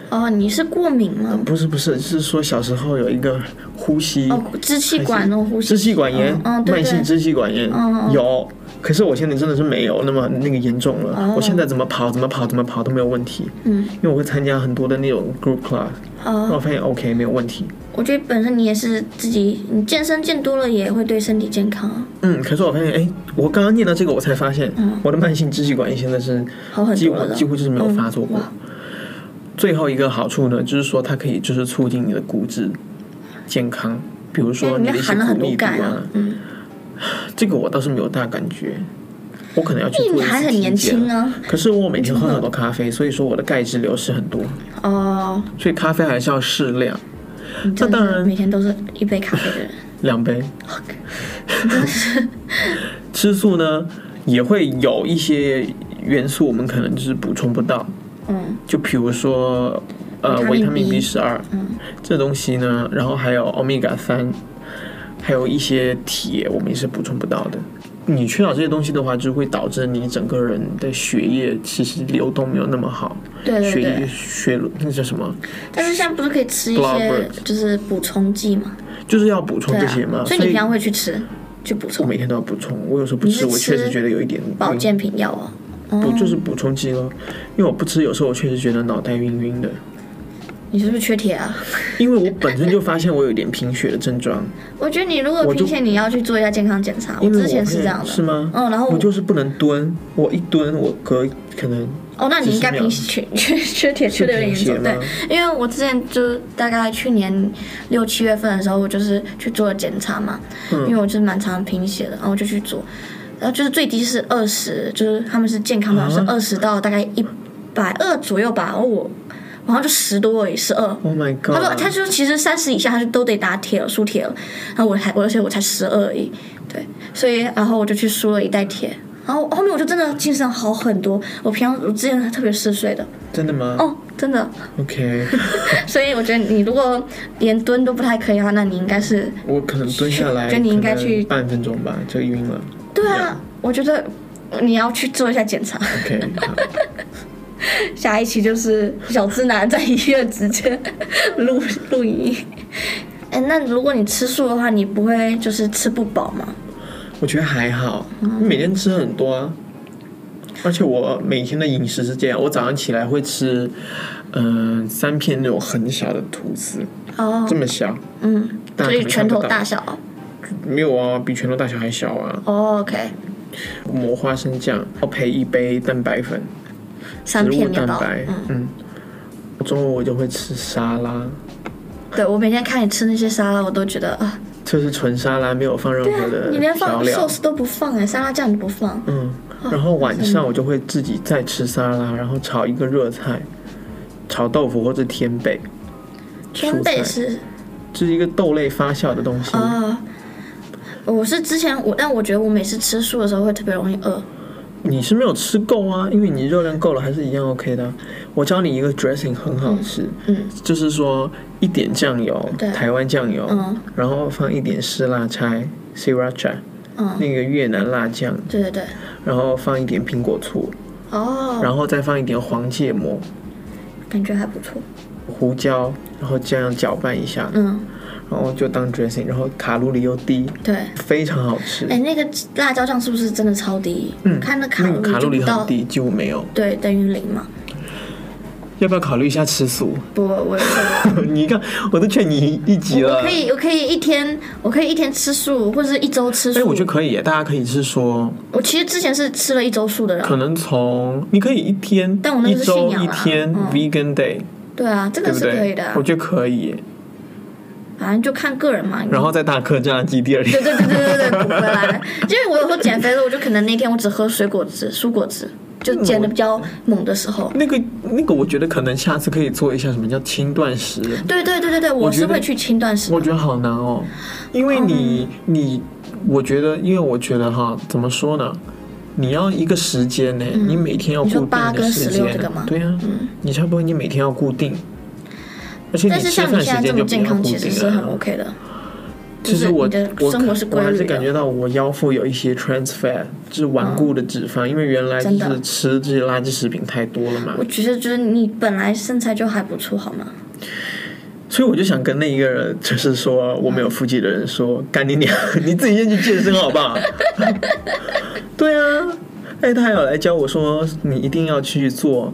[SPEAKER 2] 哦，你是过敏吗？
[SPEAKER 1] 不是不是，是说小时候有一个呼吸、
[SPEAKER 2] 哦，支气管哦，呼吸
[SPEAKER 1] 支气管炎，
[SPEAKER 2] 嗯嗯对
[SPEAKER 1] 慢性
[SPEAKER 2] 对
[SPEAKER 1] 支气管炎、
[SPEAKER 2] 嗯嗯
[SPEAKER 1] 有。可是我现在真的是没有那么那个严重了。
[SPEAKER 2] 哦
[SPEAKER 1] 我现在怎么跑怎么跑怎么跑都没有问题，
[SPEAKER 2] 嗯，
[SPEAKER 1] 因为我会参加很多的那种 group class，然后
[SPEAKER 2] 哦
[SPEAKER 1] 我，发现 OK 没有问题。
[SPEAKER 2] 我觉得本身你也是自己，你健身健多了也会对身体健康啊
[SPEAKER 1] 嗯，可是我发现，哎，我刚刚念到这个，我才发现、
[SPEAKER 2] 嗯
[SPEAKER 1] 我的慢性支气管炎现在是
[SPEAKER 2] 好很
[SPEAKER 1] 几
[SPEAKER 2] 多
[SPEAKER 1] 乎
[SPEAKER 2] 了。
[SPEAKER 1] 几乎就是没有发作
[SPEAKER 2] 嗯
[SPEAKER 1] 过。
[SPEAKER 2] 哇
[SPEAKER 1] 最后一个好处呢，就是说它可以就是促进你的骨质健康，比如
[SPEAKER 2] 那
[SPEAKER 1] 说
[SPEAKER 2] 里
[SPEAKER 1] 你的
[SPEAKER 2] 面
[SPEAKER 1] 一些
[SPEAKER 2] 哎含了
[SPEAKER 1] 骨
[SPEAKER 2] 很多
[SPEAKER 1] 密度
[SPEAKER 2] 钙啊
[SPEAKER 1] 啊，，
[SPEAKER 2] 嗯，
[SPEAKER 1] 这个我倒是没有大感觉。我可能要去
[SPEAKER 2] 哎你
[SPEAKER 1] 做一
[SPEAKER 2] 还
[SPEAKER 1] 次
[SPEAKER 2] 很年
[SPEAKER 1] 体检
[SPEAKER 2] 轻。啊。
[SPEAKER 1] 可是我每天喝很多咖啡，所以说我的钙质流失很多，
[SPEAKER 2] 哦，
[SPEAKER 1] 所以咖啡还是要适量，
[SPEAKER 2] 你真
[SPEAKER 1] 那
[SPEAKER 2] 的
[SPEAKER 1] 当
[SPEAKER 2] 是
[SPEAKER 1] 然
[SPEAKER 2] 每天都是一杯咖啡的人。
[SPEAKER 1] 两杯。
[SPEAKER 2] 你真的是
[SPEAKER 1] 吃素呢也会有一些元素，我们可能就是补充不到，
[SPEAKER 2] 嗯，
[SPEAKER 1] 就比如说呃维
[SPEAKER 2] 维
[SPEAKER 1] 他
[SPEAKER 2] 他
[SPEAKER 1] 命
[SPEAKER 2] 命
[SPEAKER 1] B
[SPEAKER 2] B 嗯
[SPEAKER 1] 十二，这东西呢，然后还有欧米伽三，还有一些铁，我们也是补充不到的。你缺少这些东西的话，就会导致你整个人的血液其实流动没有那么好，
[SPEAKER 2] 对对
[SPEAKER 1] 血液
[SPEAKER 2] 对。
[SPEAKER 1] 血那叫什么？
[SPEAKER 2] 但是现在不是可以吃一
[SPEAKER 1] Blubber
[SPEAKER 2] 些就是补充剂嘛？
[SPEAKER 1] 就是要补充
[SPEAKER 2] 对
[SPEAKER 1] 这
[SPEAKER 2] 啊
[SPEAKER 1] 些嘛。，
[SPEAKER 2] 所以你平常会去吃，去补
[SPEAKER 1] 我
[SPEAKER 2] 充
[SPEAKER 1] 每天都要补充，我有时候不吃，
[SPEAKER 2] 你是
[SPEAKER 1] 我确实
[SPEAKER 2] 吃
[SPEAKER 1] 觉得有一点
[SPEAKER 2] 保
[SPEAKER 1] 晕
[SPEAKER 2] 健品药啊。
[SPEAKER 1] 补就是补充剂咯，因为我不吃，有时候我确实觉得脑袋晕晕的，
[SPEAKER 2] 你是不是缺铁啊？
[SPEAKER 1] 因为我本身就发现我有点贫血的症状，
[SPEAKER 2] 我觉得你如果
[SPEAKER 1] 我就
[SPEAKER 2] 贫血，你要去做一下健康检查。我
[SPEAKER 1] 因为
[SPEAKER 2] 之
[SPEAKER 1] 我
[SPEAKER 2] 前是
[SPEAKER 1] 会
[SPEAKER 2] 这样的，
[SPEAKER 1] 是吗？
[SPEAKER 2] 嗯，然后
[SPEAKER 1] 我就是不能蹲，我一蹲我隔可能
[SPEAKER 2] 哦，那你应该
[SPEAKER 1] 几十秒
[SPEAKER 2] 贫血缺 缺铁缺的有点
[SPEAKER 1] 是贫啊
[SPEAKER 2] 严重，
[SPEAKER 1] 血
[SPEAKER 2] 对
[SPEAKER 1] 吗，
[SPEAKER 2] 因为我之前就是大概去年六七月份的时候，我就是去做了检查嘛，
[SPEAKER 1] 嗯
[SPEAKER 2] 因为我就是蛮常贫血的，然后我就去做，然后就是最低是二十，就是他们是健康
[SPEAKER 1] 啊
[SPEAKER 2] 码是二十到大概一百二左右吧，然后我我好像就十多而已，十二。
[SPEAKER 1] ，Oh my
[SPEAKER 2] 他说，他
[SPEAKER 1] god，
[SPEAKER 2] 说其实三十以下他就都得打铁了，输铁了。然后我还，我而且我才十二而已，对，所以然后我就去输了一袋铁。然后后面我就真的精神好很多，我平常我之前特别嗜睡的，
[SPEAKER 1] 真的吗
[SPEAKER 2] 哦，真的。
[SPEAKER 1] ？OK，
[SPEAKER 2] 所以我觉得你如果连蹲都不太可以的话，那你应该是
[SPEAKER 1] 我可能蹲下来，
[SPEAKER 2] 就你应该去
[SPEAKER 1] 半分钟吧，就晕了。
[SPEAKER 2] 对啊，我觉得你要去做一下检查。
[SPEAKER 1] OK，好
[SPEAKER 2] 下一期就是小智男在医院直接录录音。哎，那如果你吃素的话，你不会就是吃不饱吗？
[SPEAKER 1] 我觉得还好，
[SPEAKER 2] 嗯
[SPEAKER 1] 每天吃很多啊。而且我每天的饮食是这样，我早上起来会吃，嗯、三片那种很小的吐司，
[SPEAKER 2] 哦
[SPEAKER 1] 这，么小，
[SPEAKER 2] 嗯，
[SPEAKER 1] 大
[SPEAKER 2] 所
[SPEAKER 1] 家
[SPEAKER 2] 以
[SPEAKER 1] 可能
[SPEAKER 2] 拳
[SPEAKER 1] 看不
[SPEAKER 2] 头
[SPEAKER 1] 到
[SPEAKER 2] 大小。
[SPEAKER 1] 没有啊，比拳头大小还小啊。
[SPEAKER 2] 哦，OK，
[SPEAKER 1] 抹花生酱，要配一杯蛋白粉，
[SPEAKER 2] 三
[SPEAKER 1] 植
[SPEAKER 2] 片
[SPEAKER 1] 物
[SPEAKER 2] 面
[SPEAKER 1] 蛋
[SPEAKER 2] 包。
[SPEAKER 1] 白，
[SPEAKER 2] 嗯，
[SPEAKER 1] 嗯。中午我就会吃沙拉，
[SPEAKER 2] 对我每天看你吃那些沙拉，我都觉得啊，
[SPEAKER 1] 就是纯沙拉，没有放任何的
[SPEAKER 2] 你连啊放哦
[SPEAKER 1] 调料。
[SPEAKER 2] sauce 都不放哎，沙拉酱你不放。
[SPEAKER 1] 嗯，然后晚上我就会自己再吃沙拉，然后炒一个热菜，炒豆腐或者天贝。
[SPEAKER 2] 天贝
[SPEAKER 1] 蔬菜
[SPEAKER 2] 是
[SPEAKER 1] 这是一个豆类发酵的东西。
[SPEAKER 2] 啊、我是之前我，但我觉得我每次吃素的时候会特别容易饿。
[SPEAKER 1] 你是没有吃够啊，因为你热量够了，还是一样 OK 的啊。我教你一个 dressing 很好吃，
[SPEAKER 2] 嗯
[SPEAKER 1] 就是说一点酱油
[SPEAKER 2] 对，
[SPEAKER 1] 台湾酱油，
[SPEAKER 2] 嗯
[SPEAKER 1] 然后放一点湿辣菜 （sriracha），
[SPEAKER 2] 嗯，
[SPEAKER 1] 那个越南辣酱，
[SPEAKER 2] 对对对，
[SPEAKER 1] 然后放一点苹果醋，
[SPEAKER 2] 哦，
[SPEAKER 1] 然后再放一点黄芥末、
[SPEAKER 2] 感觉还不错。
[SPEAKER 1] 胡椒，然后这样搅拌一下，
[SPEAKER 2] 嗯，
[SPEAKER 1] 然后就当 dressing，然后卡路里又低，
[SPEAKER 2] 对。
[SPEAKER 1] 非常好吃。
[SPEAKER 2] 哎，那个辣椒酱是不是真的超低？
[SPEAKER 1] 嗯，
[SPEAKER 2] 看那
[SPEAKER 1] 那个卡
[SPEAKER 2] 路
[SPEAKER 1] 路
[SPEAKER 2] 里
[SPEAKER 1] 里
[SPEAKER 2] 就不到
[SPEAKER 1] 很，低，几乎没有。
[SPEAKER 2] 对，等于零嘛。
[SPEAKER 1] 要不要考虑一下吃素？
[SPEAKER 2] 不，我我
[SPEAKER 1] 你看，我都劝你一集了。
[SPEAKER 2] 我可以，我可以一天，我可以一天吃素，或者是一周吃素。
[SPEAKER 1] 哎，我觉得可以
[SPEAKER 2] 嗯
[SPEAKER 1] 耶，大家可以是说，
[SPEAKER 2] 我其实之前是吃了一周素的人。
[SPEAKER 1] 可能从你可以一天，
[SPEAKER 2] 但我那
[SPEAKER 1] 一
[SPEAKER 2] 个是信
[SPEAKER 1] 周
[SPEAKER 2] 仰
[SPEAKER 1] 一
[SPEAKER 2] 啦
[SPEAKER 1] 天
[SPEAKER 2] 嗯
[SPEAKER 1] vegan day，
[SPEAKER 2] 对啊，这
[SPEAKER 1] 对
[SPEAKER 2] 个
[SPEAKER 1] 不
[SPEAKER 2] 是可
[SPEAKER 1] 对
[SPEAKER 2] 以的啊，。
[SPEAKER 1] 我觉得可以耶，
[SPEAKER 2] 反正就看个人嘛。
[SPEAKER 1] 然后再大客炸鸡第二
[SPEAKER 2] 对
[SPEAKER 1] 天，
[SPEAKER 2] 对对对对对，补回来了。因为我有时候减肥的时候，我就可能那天我只喝水果汁、蔬果汁，就
[SPEAKER 1] 嗯
[SPEAKER 2] 减的比较猛的时候。
[SPEAKER 1] 那个那个，我觉得可能下次可以做一下什么叫轻断食，
[SPEAKER 2] 对对对对对，我
[SPEAKER 1] 我觉
[SPEAKER 2] 是
[SPEAKER 1] 得
[SPEAKER 2] 会去轻断食的。
[SPEAKER 1] 我觉得好难哦，因为
[SPEAKER 2] 哦
[SPEAKER 1] 你你，我觉得，因为我觉得哈，怎么说呢？你要一个时间呢，你每天要
[SPEAKER 2] 嗯你说
[SPEAKER 1] 固定
[SPEAKER 2] 8
[SPEAKER 1] 的
[SPEAKER 2] 跟
[SPEAKER 1] 时
[SPEAKER 2] 16
[SPEAKER 1] 间
[SPEAKER 2] 这个吗，嗯
[SPEAKER 1] 对啊，你差不多你每天要固定，而且
[SPEAKER 2] 但
[SPEAKER 1] 你
[SPEAKER 2] 是
[SPEAKER 1] 吃
[SPEAKER 2] 像你
[SPEAKER 1] 饭
[SPEAKER 2] 现
[SPEAKER 1] 时
[SPEAKER 2] 在这
[SPEAKER 1] 间就
[SPEAKER 2] 么
[SPEAKER 1] 不
[SPEAKER 2] 健
[SPEAKER 1] 要
[SPEAKER 2] 康，
[SPEAKER 1] 固
[SPEAKER 2] 其实是
[SPEAKER 1] 定
[SPEAKER 2] 很
[SPEAKER 1] 了。
[SPEAKER 2] OK 的。
[SPEAKER 1] 其实
[SPEAKER 2] 就是
[SPEAKER 1] 我
[SPEAKER 2] 你的
[SPEAKER 1] 我
[SPEAKER 2] 生活是规
[SPEAKER 1] 我还
[SPEAKER 2] 律
[SPEAKER 1] 是
[SPEAKER 2] 的嗯
[SPEAKER 1] 感觉到我腰腹有一些 trans fat，就是顽固的脂肪，因为原来就
[SPEAKER 2] 真的
[SPEAKER 1] 是吃这些垃圾食品太多了嘛
[SPEAKER 2] 我，只是觉得你本来身材就还不错，好吗？
[SPEAKER 1] 所以我就想跟那一个人，就是说我
[SPEAKER 2] 嗯
[SPEAKER 1] 没有腹肌的人说，干你娘， 你自己先去健身好不好？ 对啊，哎，他还有来教我说，你一定要去做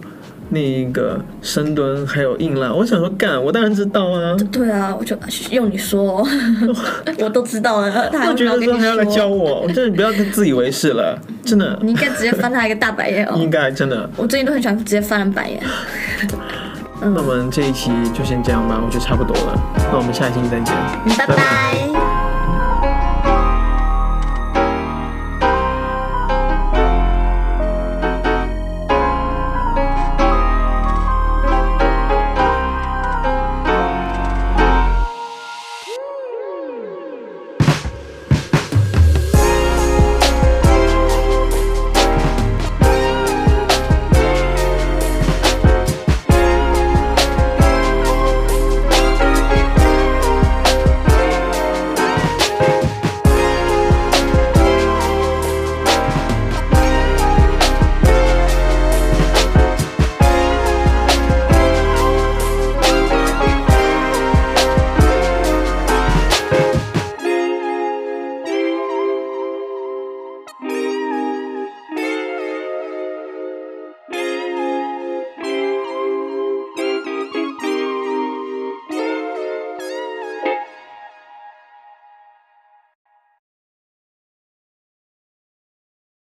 [SPEAKER 1] 那个深蹲，还有硬拉。我想说，干，我当然知道啊，
[SPEAKER 2] 对啊，我就用你 说、哦，我都知道了。他还
[SPEAKER 1] 我
[SPEAKER 2] 会
[SPEAKER 1] 觉
[SPEAKER 2] 老
[SPEAKER 1] 得
[SPEAKER 2] 跟
[SPEAKER 1] 说
[SPEAKER 2] 你
[SPEAKER 1] 还要来教
[SPEAKER 2] 说，嗯
[SPEAKER 1] 我，我真的不要再自以为是了，真的，
[SPEAKER 2] 你应该直接翻他一个大白眼哦
[SPEAKER 1] 应。该真的。
[SPEAKER 2] 我最近都很喜欢直接翻人白眼。
[SPEAKER 1] 那我们这一期就先这样吧，我觉得差不多了。那我们下一期再见，
[SPEAKER 2] 拜拜